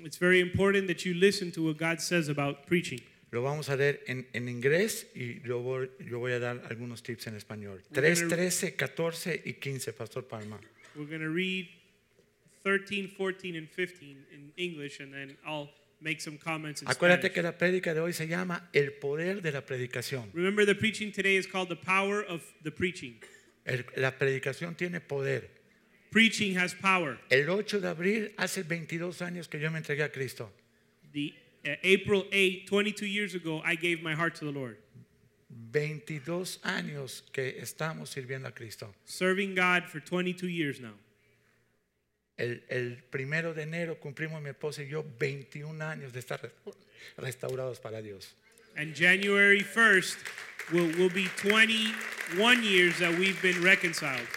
Speaker 4: It's very important that you listen to what God says about preaching.
Speaker 3: Lo vamos a leer en, en inglés y yo voy, yo voy a dar algunos tips en español.
Speaker 4: We're
Speaker 3: 3,
Speaker 4: gonna-
Speaker 3: 13, 14 y 15, Pastor Palma.
Speaker 4: We're going to read 13, 14 and 15 in English and then I'll make some comments in
Speaker 3: Acuérdate
Speaker 4: Spanish.
Speaker 3: que la prédica de hoy se llama El poder de la predicación.
Speaker 4: Remember the preaching today is called the power of the preaching.
Speaker 3: El- la predicación tiene poder.
Speaker 4: Preaching has power.
Speaker 3: El 8 de abril, hace 22 años que yo me entregué a Cristo.
Speaker 4: The uh, April 8, 22 years ago, I gave my heart to the Lord,
Speaker 3: 22 años que estamos sirviendo a Cristo.
Speaker 4: serving God for 22 years now.
Speaker 3: El, el primero de enero cumplimos mi esposa y yo 21 años de estar re- restaurados para Dios.
Speaker 4: And January 1st will, will be 21 years that we've been reconciled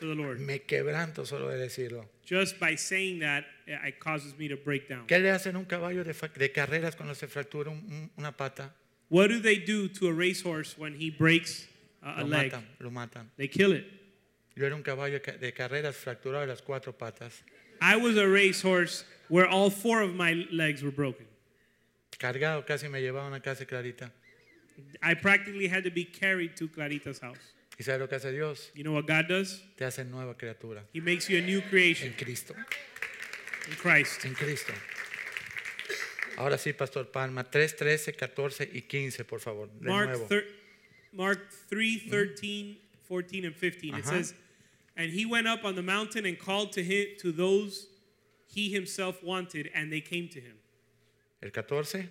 Speaker 4: to the Lord.
Speaker 3: Me quebranto solo de decirlo.
Speaker 4: Just by saying that, it it causes me to break down.
Speaker 3: ¿Qué le hacen a un caballo de, fa- de carreras cuando se fractura un- un- una pata?
Speaker 4: What do they do to a racehorse when he breaks uh, a
Speaker 3: Lo
Speaker 4: leg?
Speaker 3: matan, lo matan.
Speaker 4: They kill it.
Speaker 3: Yo era un caballo de ca- de carreras fracturado de las cuatro patas,
Speaker 4: I was a racehorse where all four of my legs were broken.
Speaker 3: cargado, casi me llevaban a casa de clarita.
Speaker 4: I practically had to be carried to Clarita's house.
Speaker 3: ¿Y sabes lo que hace Dios?
Speaker 4: You know what God does?
Speaker 3: Te hace nueva criatura.
Speaker 4: He makes you a new
Speaker 3: En
Speaker 4: creation
Speaker 3: Cristo.
Speaker 4: in Christ.
Speaker 3: En Cristo. Ahora sí, Pastor Palma, 3, 13, 14 y 15, por favor. De nuevo.
Speaker 4: Mark, thir- Mark 3 13, 14, and 15. It
Speaker 3: Ajá.
Speaker 4: says, And he went up on the mountain and called to, him, to those he himself wanted, and they came to him.
Speaker 3: El 14.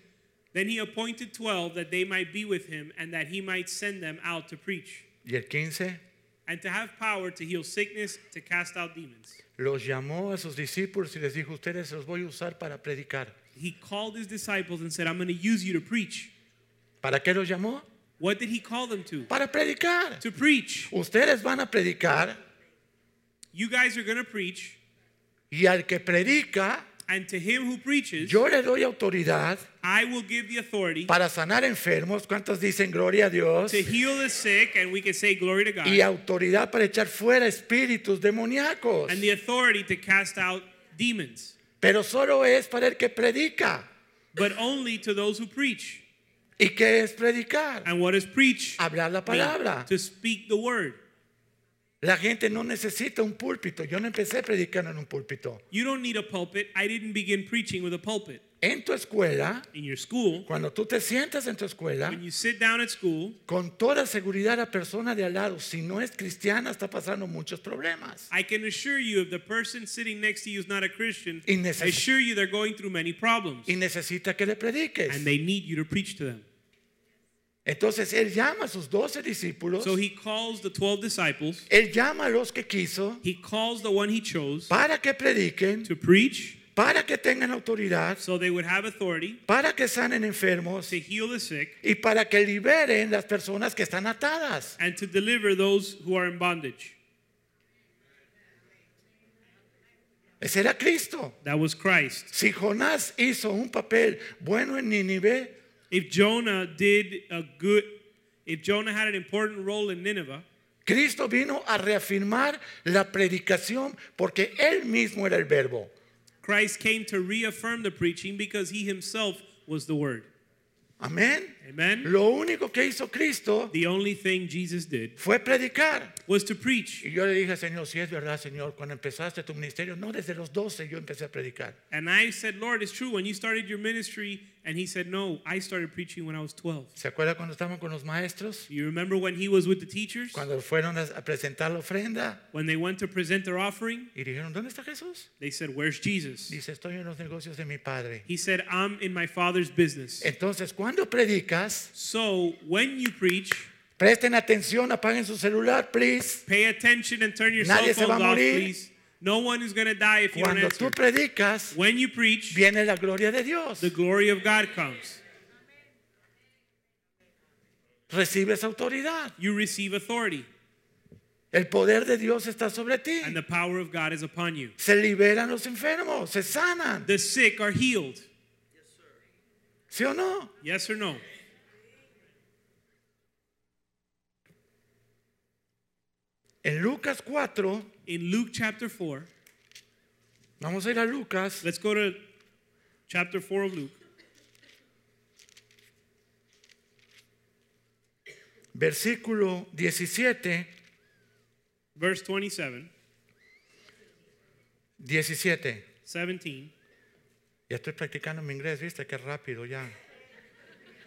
Speaker 4: Then he appointed twelve that they might be with him and that he might send them out to preach
Speaker 3: Y el 15,
Speaker 4: and to have power to heal sickness, to cast out demons.
Speaker 3: los llamó a sus discípulos y les dijo, ustedes los voy a usar para predicar.
Speaker 4: He called his disciples and said, I'm going to use you to preach.
Speaker 3: ¿Para qué los llamó?
Speaker 4: What did he call them to?
Speaker 3: Para predicar.
Speaker 4: To preach.
Speaker 3: Ustedes van a predicar
Speaker 4: You guys are going to preach,
Speaker 3: y al que predica,
Speaker 4: and to him who preaches,
Speaker 3: yo le doy autoridad
Speaker 4: I will give the authority
Speaker 3: para sanar enfermos. ¿Cuántos dicen gloria a Dios?
Speaker 4: to heal the sick, and we can say glory to God,
Speaker 3: Y autoridad para echar fuera espíritus demoníacos.
Speaker 4: and the authority to cast out demons,
Speaker 3: Pero solo es para el que predica.
Speaker 4: but only to those who preach.
Speaker 3: ¿Y qué es predicar?
Speaker 4: And what is preach?
Speaker 3: Hablar la
Speaker 4: mean?
Speaker 3: palabra.
Speaker 4: To speak the word.
Speaker 3: La gente no necesita un púlpito. Yo no empecé predicando en un púlpito.
Speaker 4: You don't need a pulpit. I didn't begin preaching with a pulpit.
Speaker 3: En tu escuela,
Speaker 4: In your school,
Speaker 3: cuando tú te sientas en tu escuela,
Speaker 4: when you sit down at school,
Speaker 3: con toda seguridad la persona de al lado, si no es cristiana, está pasando muchos problemas.
Speaker 4: I can assure you if the person sitting next to you is not a Christian,
Speaker 3: Y
Speaker 4: I
Speaker 3: neces-
Speaker 4: assure you they're going through many problems.
Speaker 3: Y necesita que le prediques.
Speaker 4: And they need you to preach to them.
Speaker 3: Entonces él llama a sus doce discípulos.
Speaker 4: So he calls the 12 disciples.
Speaker 3: Él llama a los que quiso
Speaker 4: He calls the one he chose
Speaker 3: para que prediquen,
Speaker 4: to preach
Speaker 3: para que tengan autoridad,
Speaker 4: so they would have authority
Speaker 3: para que sanen enfermos
Speaker 4: to heal the sick
Speaker 3: y para que liberen las personas que están atadas.
Speaker 4: and to deliver those who are in bondage.
Speaker 3: Ese era Cristo.
Speaker 4: That was Christ.
Speaker 3: Si Jonás hizo un papel bueno en Nínive,
Speaker 4: If Jonah did a good, if Jonah had an important role in Nineveh,
Speaker 3: Cristo vino a reafirmar la predicación porque él mismo era el verbo.
Speaker 4: Christ came to reaffirm the preaching because he himself was the word.
Speaker 3: Amén.
Speaker 4: Amen.
Speaker 3: Lo único que hizo Cristo
Speaker 4: The only thing Jesus did
Speaker 3: fue predicar.
Speaker 4: was to preach.
Speaker 3: Y yo le dije, Señor, si es verdad, Señor, cuando empezaste tu ministerio, no desde los 12 yo empecé a predicar.
Speaker 4: And I said, Lord, it's true. When you started your ministry, and he said, No, I started preaching when I was 12.
Speaker 3: ¿Se acuerda cuando estábamos con los maestros?
Speaker 4: You remember when he was with the teachers?
Speaker 3: Cuando fueron a a presentar la ofrenda
Speaker 4: When they went to present their offering,
Speaker 3: y dijeron, ¿dónde está Jesús?
Speaker 4: they said, Where's Jesus?
Speaker 3: Dice, estoy en los negocios de mi padre.
Speaker 4: He said, I'm in my Father's business.
Speaker 3: Entonces, cuando predicas,
Speaker 4: So when you preach,
Speaker 3: presten atención, apaguen su celular, please.
Speaker 4: pay attention and turn your cell
Speaker 3: Nadie se va a
Speaker 4: phones off,
Speaker 3: morir.
Speaker 4: please. No one is going to die if you don't
Speaker 3: Cuando
Speaker 4: answer.
Speaker 3: tú predicas,
Speaker 4: When you preach,
Speaker 3: viene la gloria de Dios.
Speaker 4: the glory of God comes.
Speaker 3: Recibes autoridad.
Speaker 4: You receive authority,
Speaker 3: El poder de Dios está sobre ti.
Speaker 4: and the power of God is upon you.
Speaker 3: Se liberan los enfermos, se sanan.
Speaker 4: The sick are healed.
Speaker 3: ¿Sí o no?
Speaker 4: Yes or no?
Speaker 3: En Lucas 4,
Speaker 4: In Luke chapter 4,
Speaker 3: vamos a ir a Lucas.
Speaker 4: let's go to chapter 4 of Luke,
Speaker 3: versículo 17,
Speaker 4: verse 27,
Speaker 3: 17.
Speaker 4: 17.
Speaker 3: Ya estoy practicando mi inglés, viste, qué rápido ya.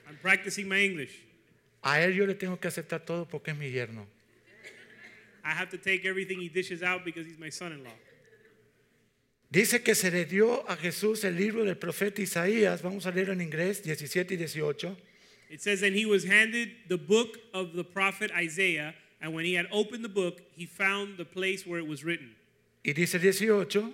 Speaker 4: I'm practicing my English.
Speaker 3: A él yo le tengo que aceptar todo porque es mi yerno.
Speaker 4: I have to take everything he dishes out because he's my son in law.
Speaker 3: Dice que se le dio a Jesús el libro del profeta Isaías, vamos a leerlo en inglés, 17 y 18.
Speaker 4: It says, And he was handed the book of the prophet Isaiah, and when he had opened the book, he found the place where it was written.
Speaker 3: Y dice 18,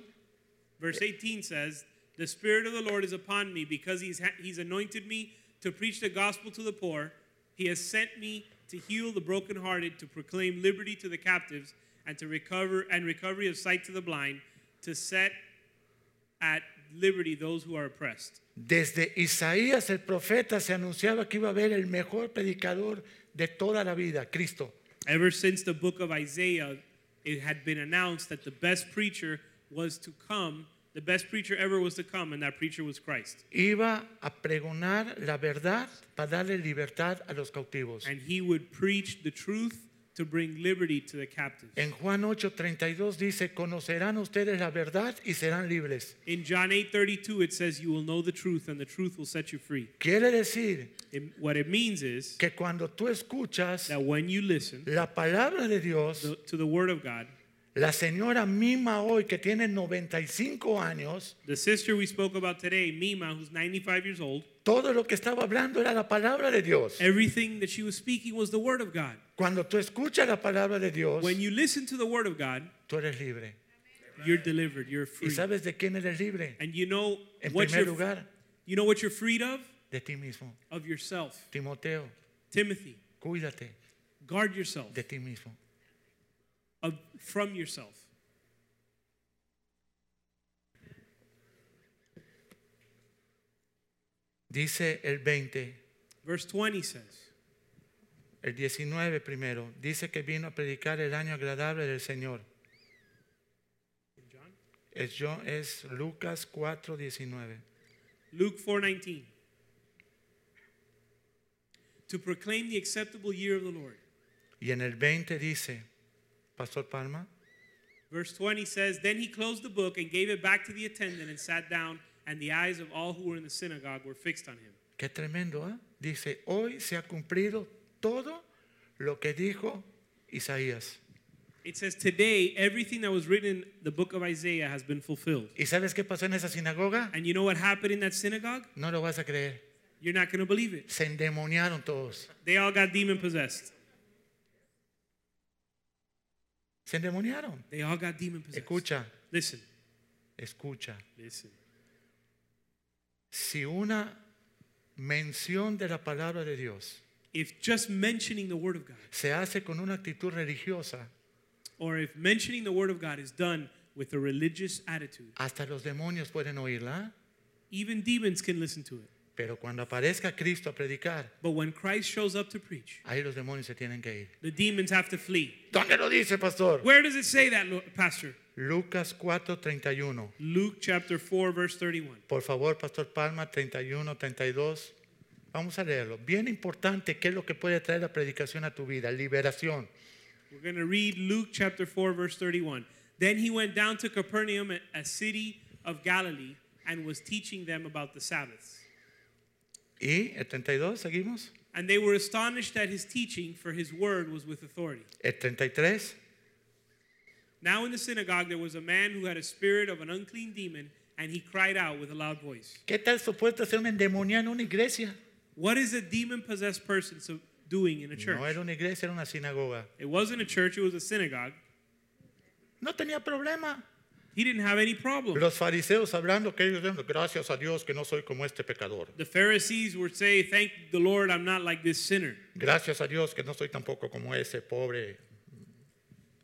Speaker 4: Verse 18 says, The Spirit of the Lord is upon me because he's, ha- he's anointed me to preach the gospel to the poor. He has sent me to heal the brokenhearted, to proclaim liberty to the captives, and to recover and recovery of sight to the blind, to set at liberty those who are oppressed.
Speaker 3: desde Isaías el profeta se anunciaba que iba a haber el mejor predicador de toda la vida, Cristo.
Speaker 4: Ever since the book of Isaiah, it had been announced that the best preacher was to come, the best preacher ever was to come, and that preacher was Christ.
Speaker 3: Iba a pregonar la verdad para darle libertad a los cautivos.
Speaker 4: And he would preach the truth to bring liberty to the captives.
Speaker 3: En Juan 8:32 dice, conocerán ustedes la verdad y serán libres.
Speaker 4: In John 8:32 it says you will know the truth and the truth will set you free.
Speaker 3: Quiere decir
Speaker 4: It- what it means is
Speaker 3: que cuando tú escuchas
Speaker 4: that when you listen
Speaker 3: la palabra de Dios,
Speaker 4: the- to the word of God,
Speaker 3: La señora Mima hoy, que tiene 95 años,
Speaker 4: The sister we spoke about today, Mima, who's 95 years old,
Speaker 3: todo lo que estaba hablando era la palabra de Dios.
Speaker 4: everything that she was speaking was the Word of God.
Speaker 3: Cuando tú escuchas la palabra de Dios,
Speaker 4: When you listen to the Word of God,
Speaker 3: tú eres libre.
Speaker 4: you're delivered, you're
Speaker 3: ¿Y
Speaker 4: free.
Speaker 3: sabes de quién eres libre?
Speaker 4: And you know
Speaker 3: En
Speaker 4: what
Speaker 3: primer
Speaker 4: you're,
Speaker 3: lugar,
Speaker 4: you know what you're freed of?
Speaker 3: de ti mismo.
Speaker 4: Of yourself.
Speaker 3: Timoteo,
Speaker 4: Timothy,
Speaker 3: cuídate
Speaker 4: guard yourself
Speaker 3: de ti mismo.
Speaker 4: of, from yourself.
Speaker 3: Dice el 20,
Speaker 4: Verse 20 says,
Speaker 3: el 19 primero, dice que vino a predicar el año agradable del Señor.
Speaker 4: John?
Speaker 3: Es, John- es Lucas 4, 19.
Speaker 4: Luke 4:19 To proclaim the acceptable year of the Lord.
Speaker 3: Y en el 20 dice, Pastor Palma,
Speaker 4: Verse 20 says, Then he closed the book and gave it back to the attendant and sat down, and the eyes of all who were in the synagogue were fixed on him.
Speaker 3: qué tremendo, ¿ah? Dice, hoy se ha cumplido todo lo que dijo Isaías.
Speaker 4: It says, Today everything that was written in the book of Isaiah has been fulfilled.
Speaker 3: ¿Y sabes qué pasó en esa sinagoga?
Speaker 4: And you know what happened in that synagogue?
Speaker 3: No lo vas a creer.
Speaker 4: You're not going to believe it.
Speaker 3: Se endemoniaron todos.
Speaker 4: They all got demon possessed.
Speaker 3: Se endemoniaron.
Speaker 4: They all got demon possessed.
Speaker 3: Escucha,
Speaker 4: Listen,
Speaker 3: escucha.
Speaker 4: listen.
Speaker 3: Si una mención de la palabra de Dios
Speaker 4: If just mentioning the word of God,
Speaker 3: se hace con una actitud religiosa,
Speaker 4: or if mentioning the word of God is done with a religious attitude,
Speaker 3: hasta los demonios pueden oírla. ¿ah?
Speaker 4: even demons can listen to it.
Speaker 3: Pero cuando aparezca Cristo a predicar,
Speaker 4: But when Christ shows up to preach,
Speaker 3: ahí los demonios se tienen que ir.
Speaker 4: the demons have to flee.
Speaker 3: ¿Dónde lo dice, pastor?
Speaker 4: Where does it say that, Lo- Pastor?
Speaker 3: Lucas 4:31.
Speaker 4: Luke chapter 4, verse 31.
Speaker 3: Por favor, Pastor Palma, 31, 32. Vamos a leerlo. Bien importante, ¿qué es lo que puede traer la predicación a tu vida? Liberación.
Speaker 4: We're going to read Luke chapter 4, verse 31. Then he went down to Capernaum, a city of Galilee, and was teaching them about the Sabbaths.
Speaker 3: ¿Y el 32? ¿Seguimos?
Speaker 4: And they were astonished at his teaching, for his word was with authority.
Speaker 3: El 33.
Speaker 4: Now in the synagogue there was a man who had a spirit of an unclean demon, and he cried out with a loud voice.
Speaker 3: ¿Qué tal supuesto ser una endemoniada en una iglesia?
Speaker 4: What is a demon possessed person so- doing in a church?
Speaker 3: No era una iglesia, era una sinagoga.
Speaker 4: It wasn't a church, it was a synagogue.
Speaker 3: No tenía problema.
Speaker 4: He didn't have any problem.
Speaker 3: Los fariseos hablando que ellos dicen, gracias a Dios que no soy como este pecador.
Speaker 4: The Pharisees would say, Thank the Lord, I'm not like this sinner.
Speaker 3: Gracias a Dios que no soy tampoco como ese pobre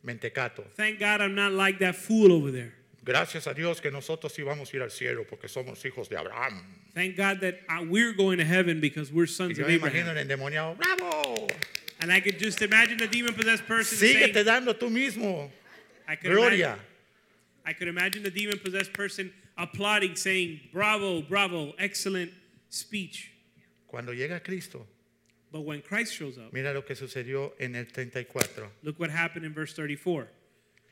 Speaker 3: mentecato.
Speaker 4: Thank God I'm not like that fool over there.
Speaker 3: Gracias a Dios que nosotros sí vamos a ir al cielo porque somos hijos de Abraham.
Speaker 4: Thank God that uh, we're going to heaven because
Speaker 3: Y
Speaker 4: we're sons
Speaker 3: yo
Speaker 4: of
Speaker 3: me imagino
Speaker 4: Abraham.
Speaker 3: el endemoniado, ¡bravo!
Speaker 4: And I could just imagine the demon possessed person
Speaker 3: Síguete
Speaker 4: saying,
Speaker 3: dando tú mismo,
Speaker 4: I could,
Speaker 3: Gloria.
Speaker 4: Imagine, I could imagine the demon possessed person applauding, saying, Bravo, bravo, excellent speech.
Speaker 3: Cuando llega Cristo,
Speaker 4: But when Christ shows up,
Speaker 3: mira lo que sucedió en el 34.
Speaker 4: look what happened in verse 34.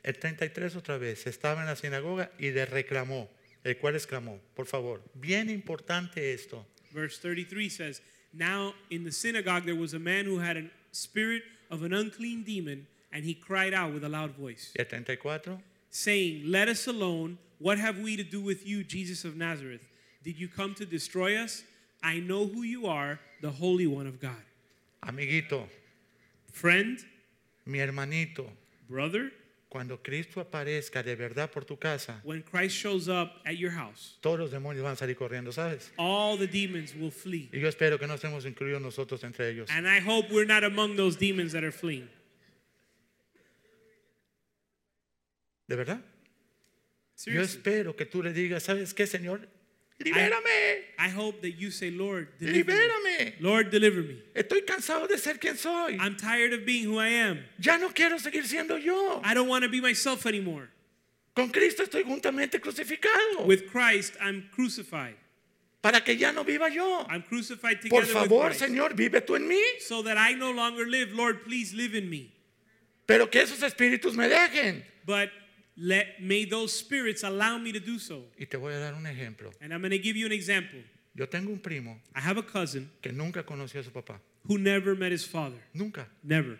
Speaker 3: El 33 otra vez, estaba en la sinagoga y le reclamó, el cual exclamó, por favor, bien importante esto,
Speaker 4: Verse 33 says, Now in the synagogue there was a man who had a spirit of an unclean demon, and he cried out with a loud voice,
Speaker 3: y el 34,
Speaker 4: saying, Let us alone. What have we to do with you, Jesus of Nazareth? Did you come to destroy us? I know who you are, the Holy One of God.
Speaker 3: amiguito,
Speaker 4: Friend,
Speaker 3: mi hermanito,
Speaker 4: brother,
Speaker 3: cuando Cristo aparezca de verdad por tu casa,
Speaker 4: when Christ shows up at your house,
Speaker 3: todos los demonios van a salir corriendo, ¿sabes?
Speaker 4: all the demons will flee.
Speaker 3: Y yo espero que no estemos incluidos nosotros entre ellos.
Speaker 4: And I hope we're not among those demons that are fleeing.
Speaker 3: ¿De verdad? Yo
Speaker 4: Seriously.
Speaker 3: espero que tú le digas, ¿sabes qué, Señor? Libérame,
Speaker 4: I hope that you say, Lord, deliver me.
Speaker 3: libérame.
Speaker 4: Lord, deliver me.
Speaker 3: Estoy cansado de ser quien soy.
Speaker 4: I'm tired of being who I am.
Speaker 3: Ya no quiero seguir siendo yo.
Speaker 4: I don't want to be myself anymore.
Speaker 3: Con Cristo estoy juntamente crucificado.
Speaker 4: With Christ, I'm crucified.
Speaker 3: para que ya no viva yo.
Speaker 4: I'm crucified
Speaker 3: Por
Speaker 4: together with
Speaker 3: favor,
Speaker 4: Christ.
Speaker 3: Señor, vive tú en mí,
Speaker 4: So that I no longer live, Lord, please live in me.
Speaker 3: pero que esos espíritus me dejen.
Speaker 4: But let may those spirits allow me to do so.
Speaker 3: Y te voy a dar un ejemplo.
Speaker 4: And I'm going to give you an example.
Speaker 3: Yo tengo un primo
Speaker 4: I have a cousin
Speaker 3: que nunca conoció a su papá.
Speaker 4: who never met his father.
Speaker 3: Nunca.
Speaker 4: Never.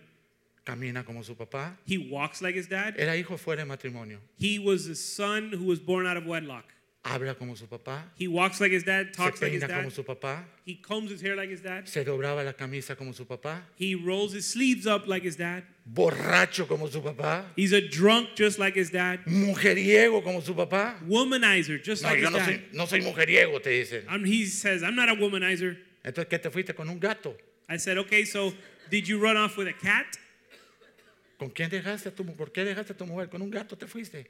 Speaker 3: camina como su papá.
Speaker 4: He walks like his dad.
Speaker 3: Era hijo fuera de matrimonio.
Speaker 4: He was a son who was born out of wedlock.
Speaker 3: Habla como su papá.
Speaker 4: He walks like his dad,
Speaker 3: Se
Speaker 4: talks like his
Speaker 3: peina como
Speaker 4: dad.
Speaker 3: su papá.
Speaker 4: He combs his hair like his dad.
Speaker 3: Se dobraba la camisa como su papá.
Speaker 4: He rolls his sleeves up like his dad.
Speaker 3: Borracho como su papá.
Speaker 4: He's a drunk just like his dad.
Speaker 3: Mujeriego como su papá.
Speaker 4: Womanizer just
Speaker 3: No, Ah.
Speaker 4: like
Speaker 3: yo
Speaker 4: his
Speaker 3: no
Speaker 4: dad.
Speaker 3: soy, no soy mujeriego, te dicen.
Speaker 4: I'm, he says, I'm not a womanizer.
Speaker 3: Entonces, ¿qué te fuiste con un gato?
Speaker 4: I said, okay, so did you run off with a cat?
Speaker 3: ¿Con quién dejaste a tu mujer? ¿Por qué dejaste a tu mujer? Con un gato te fuiste.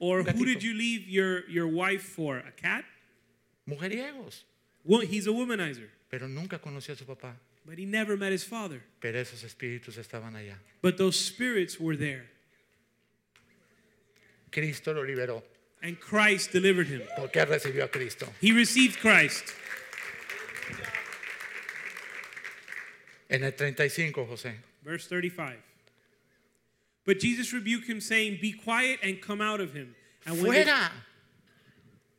Speaker 4: Or
Speaker 3: Un gatito.
Speaker 4: who did you leave your, your wife for? A cat?
Speaker 3: Mujeriegos.
Speaker 4: Wo- He's a womanizer.
Speaker 3: Pero nunca conoció a su papá.
Speaker 4: But he never met his father.
Speaker 3: Pero esos espíritus estaban allá.
Speaker 4: But those spirits were there.
Speaker 3: Cristo lo liberó
Speaker 4: And Christ delivered him.
Speaker 3: porque recibió a Cristo.
Speaker 4: He received Christ.
Speaker 3: En el 35, José.
Speaker 4: Verse 35. But Jesus rebuked him, saying, Be quiet and come out of him. And when the-
Speaker 3: ¡Fuera!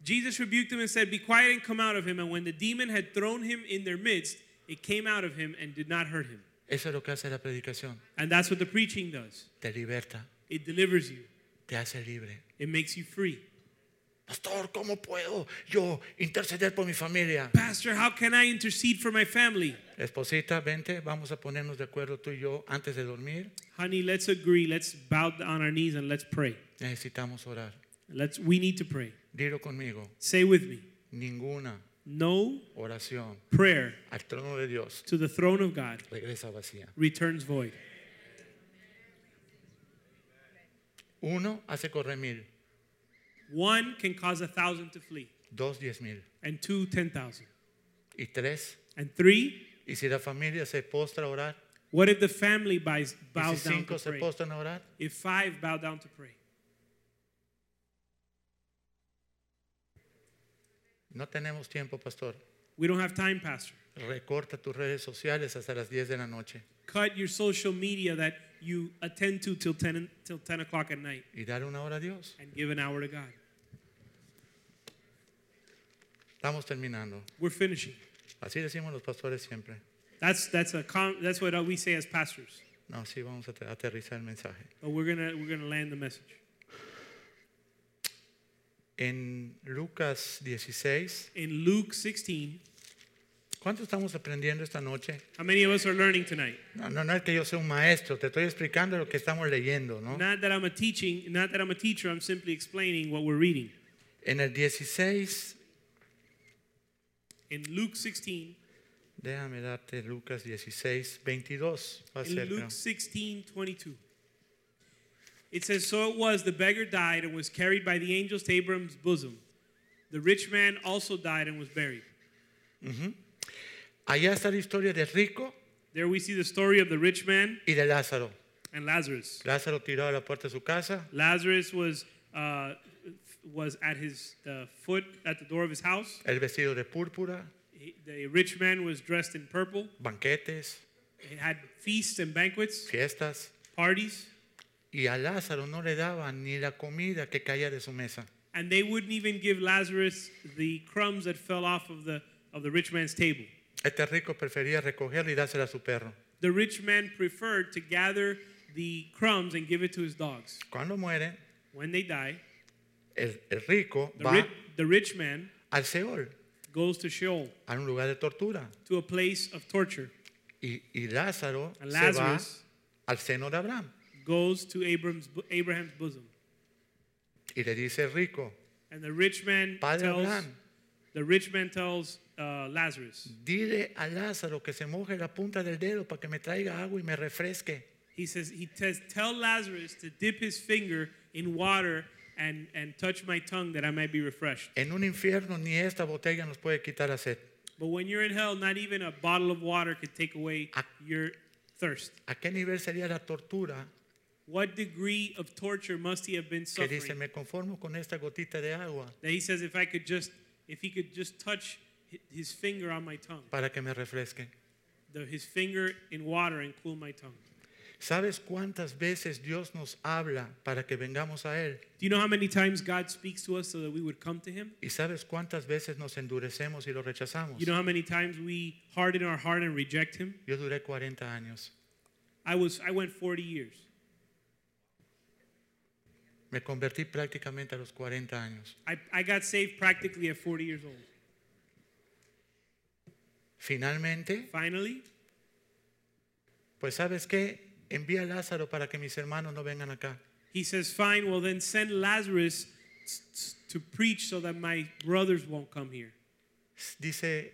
Speaker 4: Jesus rebuked him and said, Be quiet and come out of him. And when the demon had thrown him in their midst, it came out of him and did not hurt him.
Speaker 3: Eso es lo que hace la predicación.
Speaker 4: And that's what the preaching does
Speaker 3: Te liberta,
Speaker 4: it delivers you,
Speaker 3: te hace libre.
Speaker 4: it makes you free.
Speaker 3: Pastor, ¿cómo puedo yo interceder por mi familia?
Speaker 4: Pastor, how can I intercede for my family?
Speaker 3: Esposita, vente, vamos a ponernos de acuerdo tú y yo antes de dormir.
Speaker 4: Honey, let's agree. Let's bow on our knees and let's pray.
Speaker 3: Necesitamos orar.
Speaker 4: Let's, we need to pray.
Speaker 3: Dilo conmigo,
Speaker 4: Say with me
Speaker 3: ninguna
Speaker 4: no
Speaker 3: oración
Speaker 4: prayer
Speaker 3: al trono de Dios
Speaker 4: to the throne of God
Speaker 3: regresa vacía.
Speaker 4: returns void.
Speaker 3: Uno hace correr mil,
Speaker 4: One can cause a thousand to flee,
Speaker 3: dos diez mil
Speaker 4: and two, ten thousand.
Speaker 3: y tres.
Speaker 4: And three,
Speaker 3: Y si la familia se postra a orar,
Speaker 4: what if the family buys,
Speaker 3: y
Speaker 4: bows
Speaker 3: si
Speaker 4: down
Speaker 3: cinco
Speaker 4: to
Speaker 3: se
Speaker 4: pray?
Speaker 3: postran a orar,
Speaker 4: If five bow down to pray,
Speaker 3: no tenemos tiempo, pastor.
Speaker 4: we don't have time, Pastor.
Speaker 3: Recorta tus redes sociales hasta las 10 de la noche
Speaker 4: Cut your social media that you attend to till 10, till 10 o'clock at night
Speaker 3: y dale una hora a Dios.
Speaker 4: and give an hour to God.
Speaker 3: Estamos terminando.
Speaker 4: We're finishing.
Speaker 3: Así decimos los pastores siempre.
Speaker 4: That's, that's, a com- that's what we say as pastors.
Speaker 3: No, sí vamos a te- aterrizar el mensaje.
Speaker 4: But we're going to we're gonna land the message.
Speaker 3: En Lucas 16,
Speaker 4: In Luke 16,
Speaker 3: ¿cuánto estamos aprendiendo esta noche?
Speaker 4: how many of us are learning tonight?
Speaker 3: No, no, no es que yo sea un maestro, te estoy explicando lo que estamos leyendo, ¿no?
Speaker 4: Not that I'm a teaching, not that I'm a teacher, I'm simply explaining what we're reading.
Speaker 3: En el 16,
Speaker 4: In Luke 16,
Speaker 3: déjame darte Lucas 16, 22, va
Speaker 4: in
Speaker 3: cerca.
Speaker 4: Luke 16, 22. It says, So it was, the beggar died and was carried by the angels to Abram's bosom. The rich man also died and was buried.
Speaker 3: Allá está la historia de Rico
Speaker 4: There we see the story of the rich man
Speaker 3: y de Lázaro.
Speaker 4: and Lazarus.
Speaker 3: Lázaro tirado a la puerta de su casa,
Speaker 4: Lazarus was, uh, was at his uh, foot, at the door of his house.
Speaker 3: el vestido de púrpura,
Speaker 4: He- the rich man was dressed in purple.
Speaker 3: banquetes,
Speaker 4: He had feasts and banquets,
Speaker 3: fiestas,
Speaker 4: parties,
Speaker 3: y a Lázaro no le daban ni la comida que caía de su mesa.
Speaker 4: and they wouldn't even give Lazarus the crumbs that fell off of the, of the rich man's table.
Speaker 3: Este rico prefería recogerla y dársela a su perro.
Speaker 4: The rich man preferred to gather the crumbs and give it to his dogs.
Speaker 3: Cuando muere,
Speaker 4: When they die,
Speaker 3: el, el rico
Speaker 4: the,
Speaker 3: va
Speaker 4: ri- the rich man
Speaker 3: al Seol,
Speaker 4: goes to Sheol,
Speaker 3: a un lugar de tortura.
Speaker 4: to a place of torture,
Speaker 3: Y, y Lázaro
Speaker 4: and
Speaker 3: se va
Speaker 4: Lazarus
Speaker 3: al seno de Abraham.
Speaker 4: goes to Abram's, bo- Abraham's bosom.
Speaker 3: Y le dice el rico,
Speaker 4: And the rich man
Speaker 3: Padre
Speaker 4: tells
Speaker 3: Abraham,
Speaker 4: the rich man tells uh, Lazarus,
Speaker 3: dile a Lázaro que se moje la punta del dedo para que me traiga agua y me refresque.
Speaker 4: He says, he says, tell Lazarus to dip his finger in water and, and touch my tongue that I might be refreshed.
Speaker 3: En un infierno ni esta botella nos puede quitar la sed.
Speaker 4: But when you're in hell, not even a bottle of water could take away
Speaker 3: Ah.
Speaker 4: your thirst.
Speaker 3: ¿A qué nivel sería la tortura
Speaker 4: What degree of torture must he have been
Speaker 3: que dice,
Speaker 4: suffering?
Speaker 3: me conformo con esta gotita de agua
Speaker 4: That he says, if I could just, if he could just touch hi- his finger on my tongue,
Speaker 3: para que me refresque?
Speaker 4: the, his finger in water and cool my tongue.
Speaker 3: ¿Sabes cuántas veces Dios nos habla para que vengamos a Él?
Speaker 4: Do you know how many times God speaks to us so that we would come to him?
Speaker 3: ¿Y sabes cuántas veces nos endurecemos y lo rechazamos?
Speaker 4: You know how many times we harden our heart and reject him?
Speaker 3: Yo duré 40 años
Speaker 4: I was I went 40 years.
Speaker 3: Me convertí prácticamente a los 40 años.
Speaker 4: I, I got saved practically at 40 years old.
Speaker 3: Finalmente,
Speaker 4: Finally,
Speaker 3: pues sabes qué, envía a Lázaro para que mis hermanos no vengan acá.
Speaker 4: he says, "Fine, well then send Lazarus s- s- to preach so that my brothers won't come here."
Speaker 3: Dice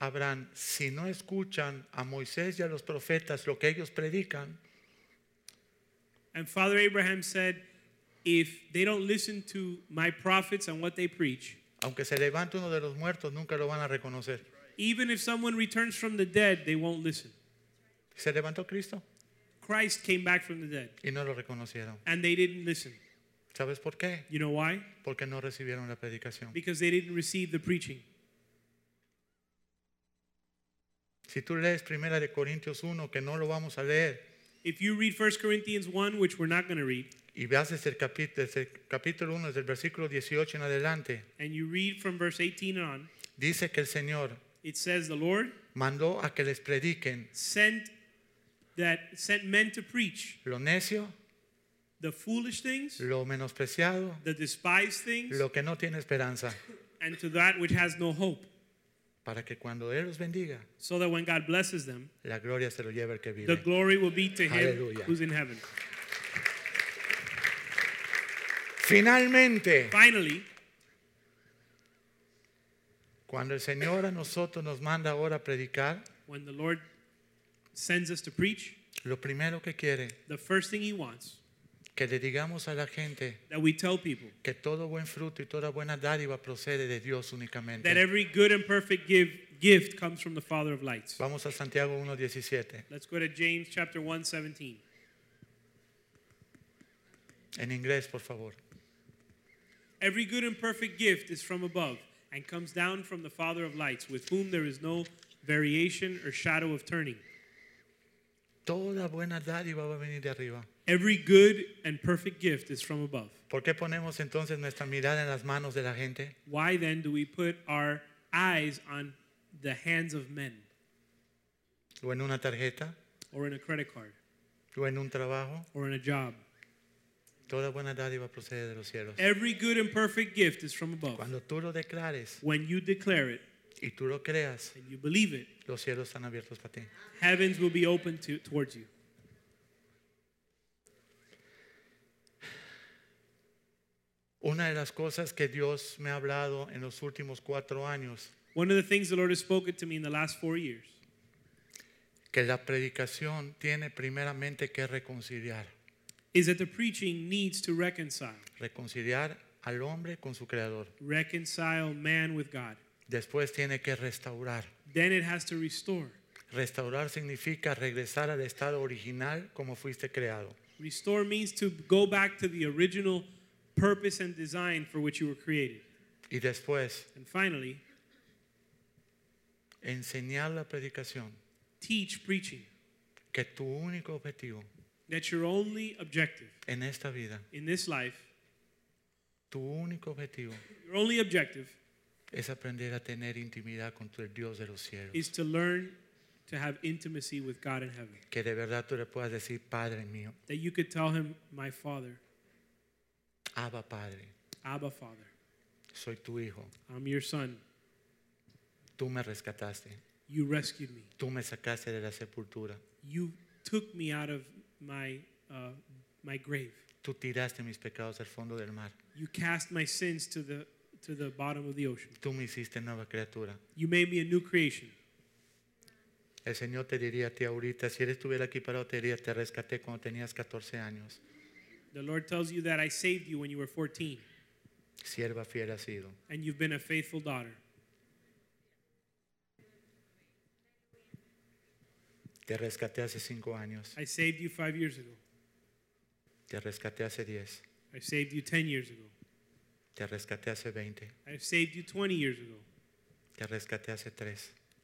Speaker 3: Abraham, si no escuchan a Moisés y a los profetas lo que ellos predican,
Speaker 4: And Father Abraham said, "If they don't listen to my prophets and what they preach,
Speaker 3: aunque se levante uno de los muertos, nunca lo van a reconocer.
Speaker 4: even if someone returns from the dead, they won't listen."
Speaker 3: Se levantó Cristo
Speaker 4: Christ came back from the dead,
Speaker 3: y no lo reconocieron.
Speaker 4: and they didn't listen.
Speaker 3: ¿Sabes por qué?
Speaker 4: You know why?
Speaker 3: Porque no recibieron la predicación.
Speaker 4: Because they didn't receive the preaching.
Speaker 3: Si tú lees Primera de Corintios 1, que no lo vamos a leer,
Speaker 4: If you read 1 Corinthians 1, which we're not going to read,
Speaker 3: y vas desde el, capi- desde el capítulo 1, desde el versículo 18 en adelante,
Speaker 4: and you read from verse 18 on,
Speaker 3: dice que el Señor
Speaker 4: it says, The Lord
Speaker 3: mandó a que les prediquen
Speaker 4: sent that sent men to preach
Speaker 3: lo necio,
Speaker 4: the foolish things,
Speaker 3: lo menospreciado,
Speaker 4: the despised things,
Speaker 3: lo que no tiene esperanza,
Speaker 4: and to that which has no hope,
Speaker 3: para que cuando Él los bendiga,
Speaker 4: so that when God blesses them,
Speaker 3: la gloria se lo lleve el que
Speaker 4: the
Speaker 3: vive.
Speaker 4: glory will be to him
Speaker 3: Hallelujah.
Speaker 4: who's in heaven.
Speaker 3: Finalmente,
Speaker 4: Finally,
Speaker 3: cuando el Señor a nosotros nos manda ahora a predicar,
Speaker 4: when the Lord sends us to preach,
Speaker 3: lo primero que quiere,
Speaker 4: the first thing he wants
Speaker 3: que le digamos a la gente
Speaker 4: that we tell people
Speaker 3: que todo buen fruto y toda buena dádiva procede de Dios
Speaker 4: that
Speaker 3: únicamente.
Speaker 4: every good and perfect give, gift comes from the Father of lights.
Speaker 3: Vamos a Santiago 1.17.
Speaker 4: Let's go to James chapter 1, 17.
Speaker 3: En inglés, por favor.
Speaker 4: Every good and perfect gift is from above and comes down from the Father of lights, with whom there is no variation or shadow of turning.
Speaker 3: Toda buena dádiva va a venir de arriba.
Speaker 4: Every good and perfect gift is from above.
Speaker 3: ¿Por qué ponemos entonces nuestra mirada en las manos de la gente?
Speaker 4: Why then do we put our eyes on the hands of men
Speaker 3: ¿O en una tarjeta?
Speaker 4: or in a credit card
Speaker 3: ¿O en un trabajo?
Speaker 4: or in a job?
Speaker 3: Toda buena dádiva procede de los cielos.
Speaker 4: Every good and perfect gift is from above.
Speaker 3: Cuando tú lo declares
Speaker 4: When you declare it
Speaker 3: y tú lo creas,
Speaker 4: and you believe it,
Speaker 3: los cielos están abiertos para ti.
Speaker 4: heavens will be open to, towards you.
Speaker 3: Una de las cosas que Dios me ha hablado en los últimos cuatro años,
Speaker 4: One of the things the Lord has spoken to me in the last four years
Speaker 3: que la predicación tiene primeramente que reconciliar.
Speaker 4: is that the preaching needs to reconcile.
Speaker 3: Reconciliar al hombre con su creador.
Speaker 4: Reconcile man with God.
Speaker 3: Después tiene que restaurar.
Speaker 4: Then it has to restore.
Speaker 3: Restaurar significa regresar al estado original como fuiste creado.
Speaker 4: Restore means to go back to the original purpose and design for which you were created.
Speaker 3: Y después,
Speaker 4: And finally,
Speaker 3: enseñar la predicación,
Speaker 4: teach preaching.
Speaker 3: que tu único objetivo
Speaker 4: That's your only objective
Speaker 3: en esta vida,
Speaker 4: in this life.
Speaker 3: tu único objetivo
Speaker 4: Your only objective
Speaker 3: es aprender a tener intimidad con tu- el Dios de los cielos.
Speaker 4: is to learn to have intimacy with God in heaven.
Speaker 3: Que de verdad tú le puedas decir, Padre mío,
Speaker 4: That you could tell him, My Father,
Speaker 3: Abba Padre,
Speaker 4: Abba Father,
Speaker 3: soy tu hijo,
Speaker 4: I'm your son.
Speaker 3: tú me rescataste,
Speaker 4: You rescued me.
Speaker 3: tú me sacaste de la sepultura,
Speaker 4: You took me out of my, uh, my grave.
Speaker 3: tú tiraste mis pecados al fondo del mar,
Speaker 4: You cast my sins to the, to the bottom of the ocean.
Speaker 3: tú me hiciste nueva criatura.
Speaker 4: You made me a new creation.
Speaker 3: El Señor te diría a ti ahorita, si Él estuviera aquí parado, te diría, te rescaté cuando tenías 14 años.
Speaker 4: The Lord tells you that I saved you when you were 14,
Speaker 3: Sierva fiel has sido.
Speaker 4: and you've been a faithful daughter.
Speaker 3: Te rescaté hace 5 años.
Speaker 4: I saved you five years ago.
Speaker 3: Te rescaté hace 10.
Speaker 4: I saved you 10 years ago.
Speaker 3: Te rescaté hace 20.
Speaker 4: I saved you 20 years ago.
Speaker 3: Te rescaté hace 3.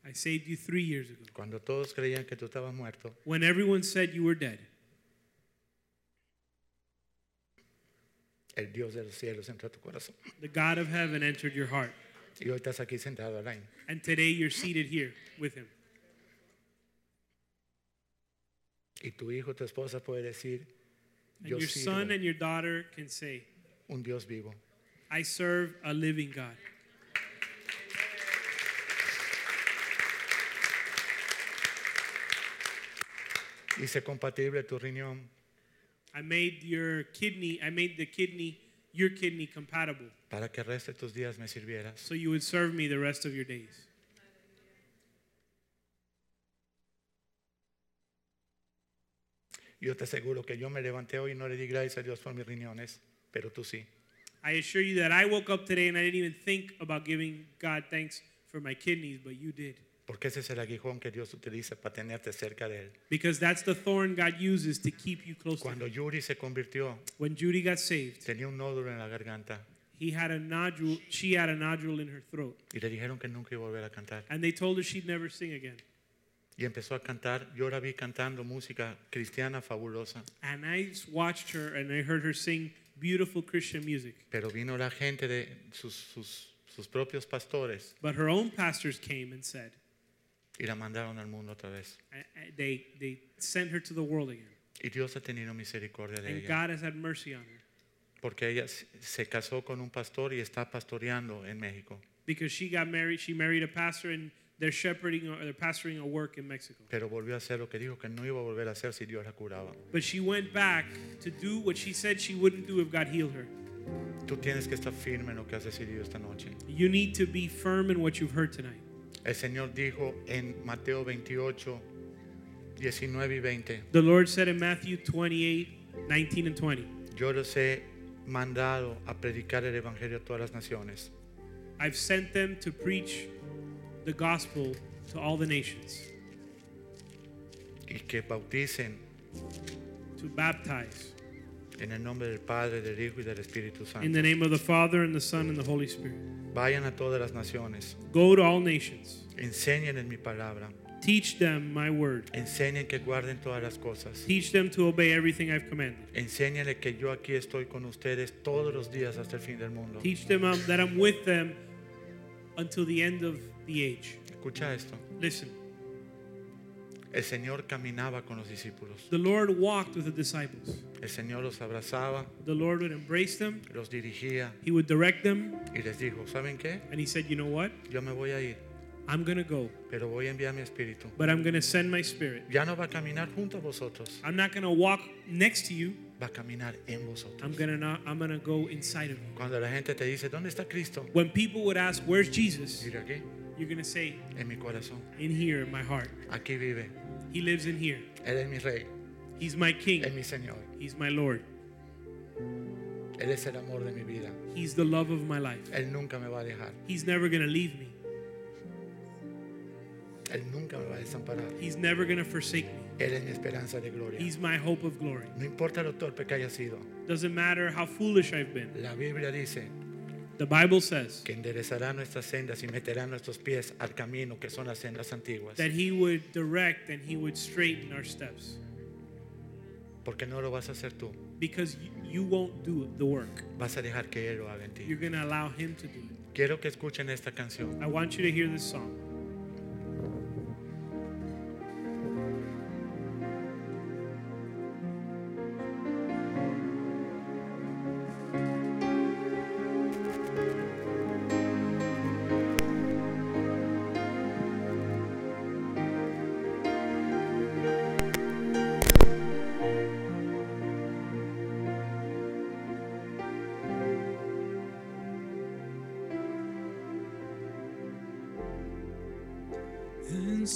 Speaker 4: I saved you three years ago.
Speaker 3: Cuando todos creían que tú estabas muerto,
Speaker 4: When everyone said you were dead,
Speaker 3: el Dios de los cielos entró a tu corazón.
Speaker 4: the God of heaven entered your heart.
Speaker 3: Y hoy estás aquí sentado, Alain.
Speaker 4: And today you're seated here with him.
Speaker 3: Y tu hijo, tu esposa puede decir,
Speaker 4: And
Speaker 3: yo
Speaker 4: your son
Speaker 3: sirvo
Speaker 4: and your daughter can say,
Speaker 3: un Dios vivo.
Speaker 4: I serve a living God.
Speaker 3: Hice compatible tu riñón,
Speaker 4: I made your kidney, I made the kidney, your kidney compatible.
Speaker 3: para que el resto de tus días me sirvieras.
Speaker 4: So you would serve me the rest of your days.
Speaker 3: Yo te aseguro que yo me levanté hoy y no le di gracias a Dios por mis riñones, pero tú sí.
Speaker 4: I assure you that I woke up today and I didn't even think about giving God thanks for my kidneys, but you did.
Speaker 3: Porque ese es el aguijón que Dios utiliza para tenerte cerca de Él.
Speaker 4: Because that's the thorn God uses to keep you close to
Speaker 3: Cuando
Speaker 4: Him.
Speaker 3: Yuri se convirtió,
Speaker 4: When Judy got saved,
Speaker 3: tenía un nódulo en la garganta
Speaker 4: he had a nodule, she had a nodule in her throat.
Speaker 3: y le dijeron que nunca iba a volver a cantar.
Speaker 4: And they told her she'd never sing again.
Speaker 3: Y empezó a cantar. Yo la vi cantando música cristiana fabulosa.
Speaker 4: And I just watched her and I heard her sing beautiful Christian music.
Speaker 3: Pero vino la gente de sus, sus, sus propios pastores
Speaker 4: But her own pastors came and said,
Speaker 3: y la mandaron al mundo otra vez.
Speaker 4: I- I- they, they sent her to the world again.
Speaker 3: Y Dios ha tenido misericordia de
Speaker 4: And
Speaker 3: ella.
Speaker 4: God has had mercy on her
Speaker 3: Porque ella se- se casó con un pastor y está pastoreando en México.
Speaker 4: because she got married. She married a pastor and they're shepherding or they're pastoring a work in Mexico.
Speaker 3: Pero volvió a hacer lo que dijo que no iba a volver a hacer si Dios la curaba.
Speaker 4: But she went back to do what she said she wouldn't do if God healed her.
Speaker 3: Tú tienes que estar firme en lo que has decidido esta noche.
Speaker 4: You need to be firm in what you've heard tonight.
Speaker 3: El Señor dijo en Mateo 28, 19 y 20,
Speaker 4: The Lord said in Matthew 28 19 and 20,
Speaker 3: yo los he mandado a predicar el Evangelio a todas las naciones.
Speaker 4: I've sent them to preach the gospel to all the nations,
Speaker 3: y que bauticen
Speaker 4: to baptize
Speaker 3: en el nombre del Padre, del Hijo y del Espíritu
Speaker 4: in
Speaker 3: Santo.
Speaker 4: the name of the Father and the Son and the Holy Spirit.
Speaker 3: Vayan a todas las naciones,
Speaker 4: Go to all nations,
Speaker 3: enseñen en mi palabra,
Speaker 4: teach them my word.
Speaker 3: enseñen que guarden todas las cosas,
Speaker 4: Teach them to obey everything I've commanded.
Speaker 3: enséñenle que yo aquí estoy con ustedes todos los días hasta el fin del mundo.
Speaker 4: Teach them um, that I'm with them until the end of the age.
Speaker 3: Escucha esto,
Speaker 4: Listen,
Speaker 3: el Señor caminaba con los discípulos,
Speaker 4: the Lord walked with the disciples.
Speaker 3: el Señor los abrazaba,
Speaker 4: The Lord would embrace them,
Speaker 3: los dirigía
Speaker 4: He would direct them,
Speaker 3: y les dijo, ¿saben qué?
Speaker 4: and He said, You know what?
Speaker 3: Yo me voy a ir,
Speaker 4: I'm going to go,
Speaker 3: pero voy a enviar mi espíritu.
Speaker 4: but I'm going to send my spirit.
Speaker 3: Ya no va a caminar junto a vosotros,
Speaker 4: I'm not going to walk next to you.
Speaker 3: va a caminar en vosotros.
Speaker 4: I'm going to not, I'm going to go inside of you.
Speaker 3: Cuando la gente te dice, ¿dónde está Cristo?
Speaker 4: When people would ask, "Where's Jesus?"
Speaker 3: Dile aquí,
Speaker 4: You're going to say,
Speaker 3: en mi corazón.
Speaker 4: "In here, in my heart.
Speaker 3: Aquí vive.
Speaker 4: He lives in here.
Speaker 3: Él es mi rey,
Speaker 4: He's my
Speaker 3: Él es
Speaker 4: king.
Speaker 3: mi Señor.
Speaker 4: He's my Lord.
Speaker 3: Él es el amor de mi vida.
Speaker 4: He's the love of my life."
Speaker 3: Él nunca me va a dejar.
Speaker 4: He's never going to leave me.
Speaker 3: Él nunca me va a desamparar.
Speaker 4: He's never going to forsake me.
Speaker 3: Él es mi esperanza de gloria.
Speaker 4: He's my hope of glory.
Speaker 3: No importa lo torpe que haya sido.
Speaker 4: Doesn't matter how foolish I've been.
Speaker 3: La Biblia dice
Speaker 4: The Bible says
Speaker 3: que enderezará nuestras sendas y meterá nuestros pies al camino que son las sendas antiguas.
Speaker 4: that he would direct and he would straighten our steps
Speaker 3: Porque no lo vas a hacer tú.
Speaker 4: because you, you won't do the work.
Speaker 3: Vas a dejar que Él lo haga en ti.
Speaker 4: You're going to allow him to do it.
Speaker 3: Quiero que escuchen esta canción.
Speaker 4: I want you to hear this song.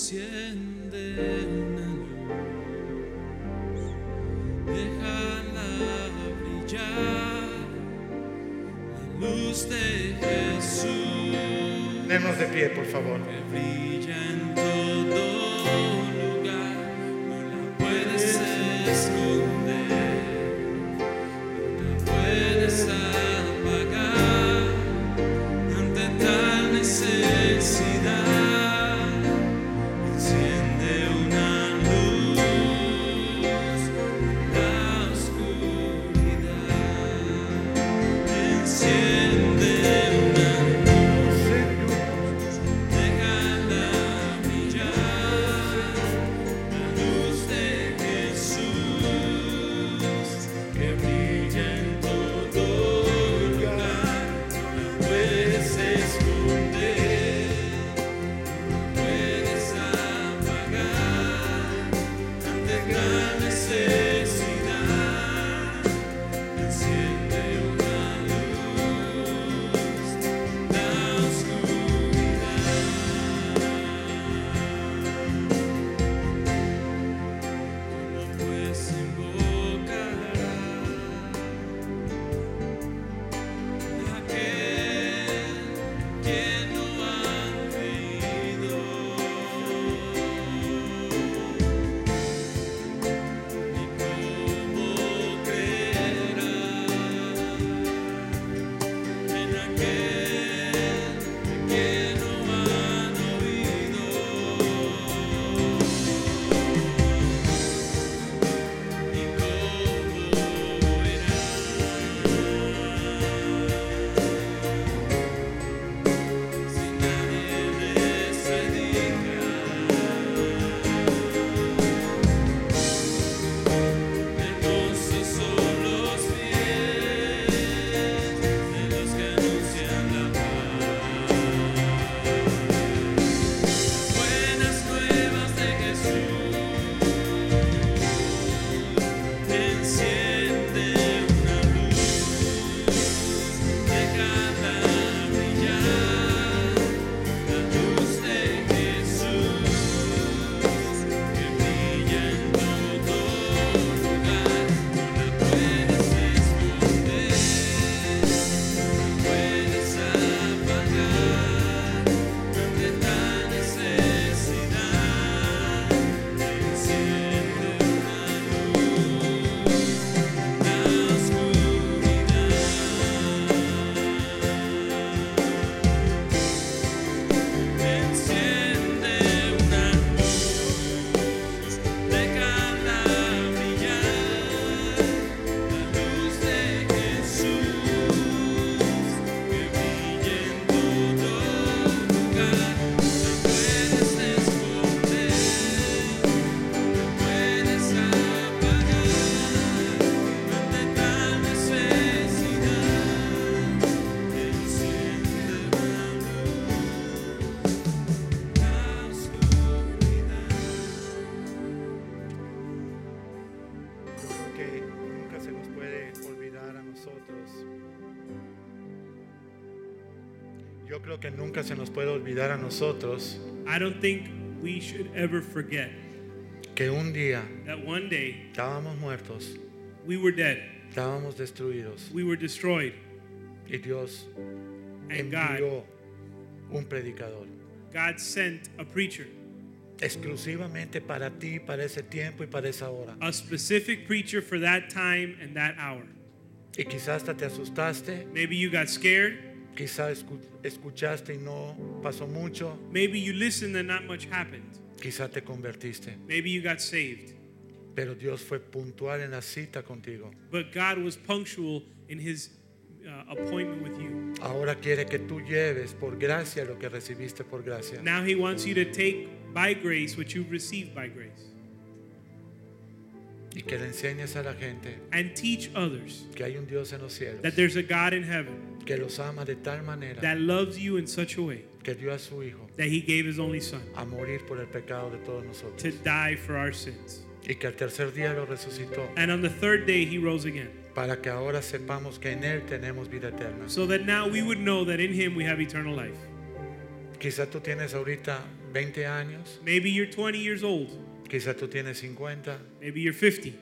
Speaker 5: Enciende una luz, déjala brillar, la luz de Jesús
Speaker 3: Denos de pie, por favor.
Speaker 5: que brilla en todo lugar, no la puedes esconder, no la puedes apagar ante tal necesidad. Enciende una luz en la oscuridad, enciende una luz. Déjala brillar Pues
Speaker 3: Yo creo que nunca se nos puede olvidar a nosotros
Speaker 4: I don't think we should ever forget
Speaker 3: que un día
Speaker 4: that one day
Speaker 3: estábamos muertos,
Speaker 4: we were dead,
Speaker 3: estábamos destruidos
Speaker 4: we were destroyed,
Speaker 3: y Dios
Speaker 4: and God,
Speaker 3: envió un predicador
Speaker 4: God sent a preacher,
Speaker 3: exclusivamente para ti, para ese tiempo y para esa hora.
Speaker 4: a specific preacher for that time and that hour.
Speaker 3: Y quizás hasta te asustaste,
Speaker 4: Maybe you got scared.
Speaker 3: quizás escu- escuchaste y no pasó mucho,
Speaker 4: Maybe you listened and not much happened.
Speaker 3: quizás te convertiste,
Speaker 4: Maybe you got saved.
Speaker 3: pero Dios fue puntual en la cita contigo.
Speaker 4: But God was punctual in his uh, appointment with you.
Speaker 3: Ahora quiere que tú lleves por gracia lo que recibiste por gracia.
Speaker 4: Now he wants you to take by grace what you've received by grace
Speaker 3: y que le enseñes a la gente
Speaker 4: and teach others
Speaker 3: que hay un Dios en los cielos
Speaker 4: that there's a God in heaven
Speaker 3: que los ama de tal manera
Speaker 4: that loves you in such a way
Speaker 3: que dio a su Hijo
Speaker 4: that he gave his only son
Speaker 3: a morir por el pecado de todos
Speaker 4: to
Speaker 3: nosotros
Speaker 4: die for our sins.
Speaker 3: y que al tercer día lo resucitó
Speaker 4: And on the third day he rose again
Speaker 3: para que ahora sepamos que en Él tenemos vida eterna.
Speaker 4: so that now we would know that in him we have eternal life.
Speaker 3: Quizá tú tienes ahorita 20 años,
Speaker 4: Maybe you're 20 years old.
Speaker 3: quizá tú tienes 50,
Speaker 4: Maybe you're 50.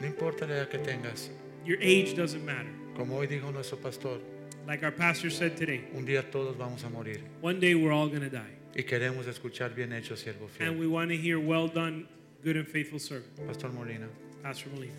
Speaker 3: no importa la edad que tengas.
Speaker 4: Your age doesn't matter.
Speaker 3: Como hoy dijo nuestro pastor,
Speaker 4: Like our pastor said today,
Speaker 3: un día todos vamos a morir
Speaker 4: one day we're all going to die.
Speaker 3: y queremos escuchar bien hecho siervo
Speaker 4: And
Speaker 3: fiel.
Speaker 4: we want to hear, well done, good and faithful servant.
Speaker 3: Pastor Molina.
Speaker 4: Pastor Molina.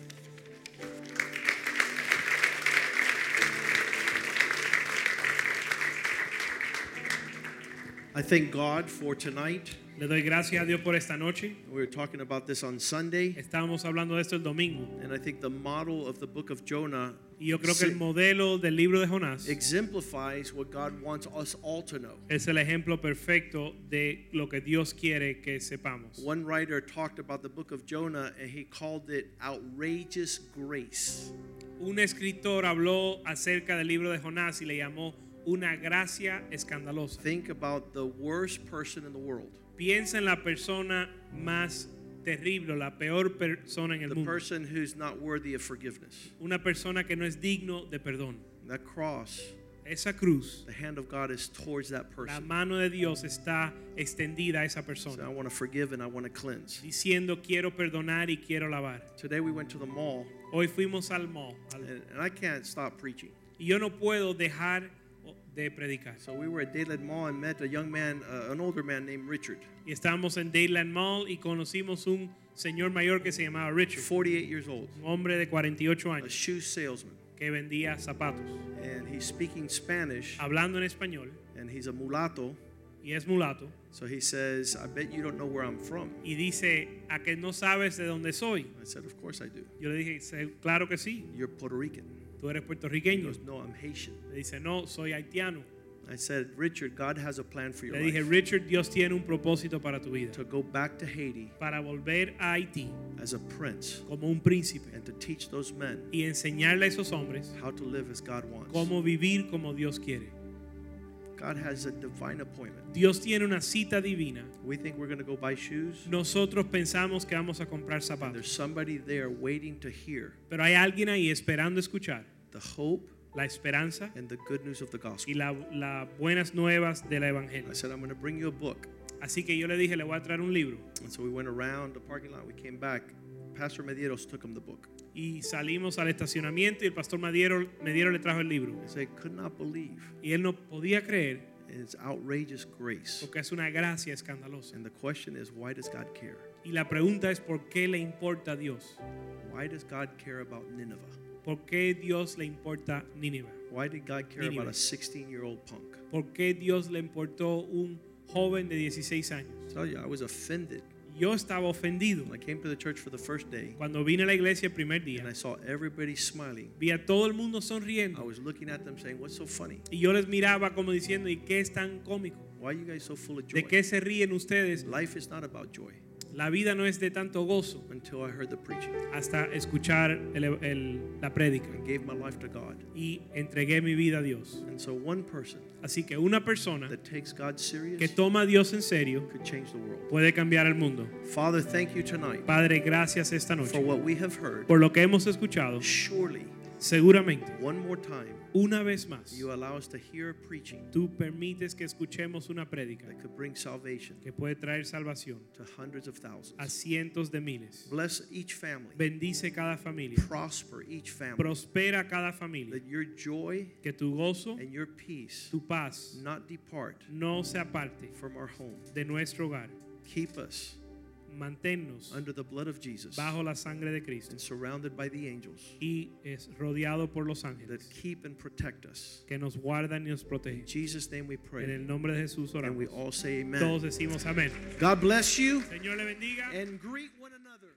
Speaker 6: I thank God for tonight.
Speaker 4: Le doy gracias a Dios por esta noche.
Speaker 6: We were talking about this on Sunday,
Speaker 4: Estábamos hablando de esto el domingo.
Speaker 6: and I think the model of the book of Jonah
Speaker 4: Y yo creo que el
Speaker 6: se-
Speaker 4: modelo del libro de Jonás
Speaker 6: exemplifies what God wants us all to know.
Speaker 4: es el ejemplo perfecto de lo que Dios quiere que sepamos.
Speaker 6: One writer talked about the book of Jonah and he called it outrageous grace.
Speaker 4: Un escritor habló acerca del libro de Jonás y le llamó una gracia escandalosa.
Speaker 6: Think about the worst person in the world,
Speaker 4: Piensa en la persona más terrible, la peor persona en el
Speaker 6: the
Speaker 4: mundo.
Speaker 6: person who's not worthy of forgiveness.
Speaker 4: Una persona que no es digno de perdón.
Speaker 6: That cross,
Speaker 4: Esa cruz
Speaker 6: the hand of God is towards that
Speaker 4: La
Speaker 6: person.
Speaker 4: mano de Dios está extendida a esa
Speaker 6: So I
Speaker 4: persona,
Speaker 6: want to forgive and I want to cleanse.
Speaker 4: diciendo quiero perdonar y quiero lavar.
Speaker 6: Today we went to the mall,
Speaker 4: Hoy fuimos al mall al-
Speaker 6: and, and I can't stop preaching.
Speaker 4: y yo no puedo dejar de predicar.
Speaker 6: So we were at Dayland Mall and met a young man, uh, an older man named Richard,
Speaker 4: Y estábamos en Dayland Mall y conocimos un señor mayor que se llamaba Richard,
Speaker 6: 48 years old,
Speaker 4: un hombre de 48
Speaker 6: a
Speaker 4: años
Speaker 6: shoe salesman,
Speaker 4: que vendía zapatos,
Speaker 6: and he's speaking Spanish,
Speaker 4: hablando en español
Speaker 6: and he's a mulatto.
Speaker 4: y es mulato
Speaker 6: So he says, "I bet you don't know where I'm from."
Speaker 4: y dice, "¿A que no sabes de dónde soy?"
Speaker 6: I said, "Of course I do.
Speaker 4: Yo le dije, "Sí, "Claro que sí,
Speaker 6: You're Puerto Rican."
Speaker 4: tú eres
Speaker 6: He
Speaker 4: puertorriqueño."
Speaker 6: goes, "No, I'm Haitian."
Speaker 4: Le dice, "No, soy haitiano."
Speaker 6: I said, "Richard, God has a plan for your
Speaker 4: Le dije,
Speaker 6: life
Speaker 4: Richard, Dios tiene un propósito para tu vida.
Speaker 6: to go back to Haiti
Speaker 4: Para volver a Haití
Speaker 6: as a prince
Speaker 4: como un príncipe
Speaker 6: and to teach those men
Speaker 4: y enseñarle a esos hombres
Speaker 6: how to live as God wants."
Speaker 4: cómo vivir como Dios quiere.
Speaker 6: God has a divine appointment.
Speaker 4: Dios tiene una cita divina.
Speaker 6: We think we're going to go buy shoes.
Speaker 4: Nosotros pensamos que vamos a comprar
Speaker 6: There's
Speaker 4: zapatos,
Speaker 6: somebody there waiting to hear
Speaker 4: pero hay alguien ahí esperando escuchar
Speaker 6: the hope
Speaker 4: la esperanza
Speaker 6: and the good news of the
Speaker 4: y
Speaker 6: gospel.
Speaker 4: las buenas nuevas del
Speaker 6: I
Speaker 4: Evangelio.
Speaker 6: said, I'm going to bring you a book.
Speaker 4: Así que yo le dije, le voy a traer un libro.
Speaker 6: And so we went around the parking lot. We came back. Pastor Medeiros took him the book.
Speaker 4: Y salimos al estacionamiento y el pastor Mediero, Mediero le trajo el libro.
Speaker 6: I said, could not believe.
Speaker 4: Y él no podía creer
Speaker 6: And it's outrageous grace.
Speaker 4: porque es una gracia escandalosa.
Speaker 6: And the question is, why does God care?
Speaker 4: Y la pregunta es ¿por qué le importa a Dios?
Speaker 6: Why does God care about Nineveh?
Speaker 4: ¿Por qué Dios le importa Nínive?
Speaker 6: Why did God care about
Speaker 4: Nineveh.
Speaker 6: a 16 year old punk?
Speaker 4: ¿Por qué Dios le importó un joven de 16 años?
Speaker 6: I tell you, I was offended.
Speaker 4: Yo estaba ofendido
Speaker 6: When I came to the church for the first day
Speaker 4: cuando vine a la iglesia el primer
Speaker 6: and I
Speaker 4: día.
Speaker 6: saw everybody smiling,
Speaker 4: Vi a todo el mundo
Speaker 6: I
Speaker 4: sonriendo
Speaker 6: was looking at them saying, What's so funny?
Speaker 4: y yo les miraba como diciendo, ¿y qué es tan cómico?
Speaker 6: Why are you guys so full of
Speaker 4: ¿De
Speaker 6: joy?
Speaker 4: qué se ríen ustedes?
Speaker 6: Life is not about joy
Speaker 4: La vida no es de tanto gozo
Speaker 6: until I heard the preaching.
Speaker 4: hasta escuchar el- el- la prédica.
Speaker 6: and gave my life to God.
Speaker 4: Y entregué mi vida a Dios.
Speaker 6: And so one person
Speaker 4: Así que una persona
Speaker 6: that takes God
Speaker 4: que
Speaker 6: serious
Speaker 4: toma a Dios en serio
Speaker 6: could change the world.
Speaker 4: puede cambiar el mundo.
Speaker 6: Father, thank you tonight
Speaker 4: Padre, gracias esta
Speaker 6: for
Speaker 4: noche
Speaker 6: what we have heard.
Speaker 4: por lo que hemos escuchado.
Speaker 6: Surely
Speaker 4: Seguramente,
Speaker 6: One more time,
Speaker 4: una vez más,
Speaker 6: you allow us to hear preaching
Speaker 4: tú permites que escuchemos una prédica
Speaker 6: that could bring salvation
Speaker 4: que puede traer salvación
Speaker 6: to hundreds of
Speaker 4: a
Speaker 6: thousands.
Speaker 4: cientos de miles.
Speaker 6: Bless each family,
Speaker 4: Bendice cada familia,
Speaker 6: prosper each family,
Speaker 4: prospera cada familia,
Speaker 6: that your joy
Speaker 4: que tu gozo,
Speaker 6: and your peace
Speaker 4: tu paz
Speaker 6: not depart
Speaker 4: no se aparte
Speaker 6: from our home.
Speaker 4: de nuestro hogar.
Speaker 6: Keep us
Speaker 4: Manténnos
Speaker 6: under the blood of Jesus
Speaker 4: bajo la sangre de Cristo
Speaker 6: and surrounded by the angels
Speaker 4: y es rodeado por los
Speaker 6: that
Speaker 4: ángeles
Speaker 6: keep and protect us.
Speaker 4: que nos guardan y nos
Speaker 6: In
Speaker 4: protegen.
Speaker 6: Jesus' name we
Speaker 4: En
Speaker 6: pray.
Speaker 4: el nombre de Jesús
Speaker 6: And we
Speaker 4: oramos.
Speaker 6: all say amen.
Speaker 4: Todos decimos amén.
Speaker 6: God bless you
Speaker 4: Señor le bendiga.
Speaker 6: and greet one another.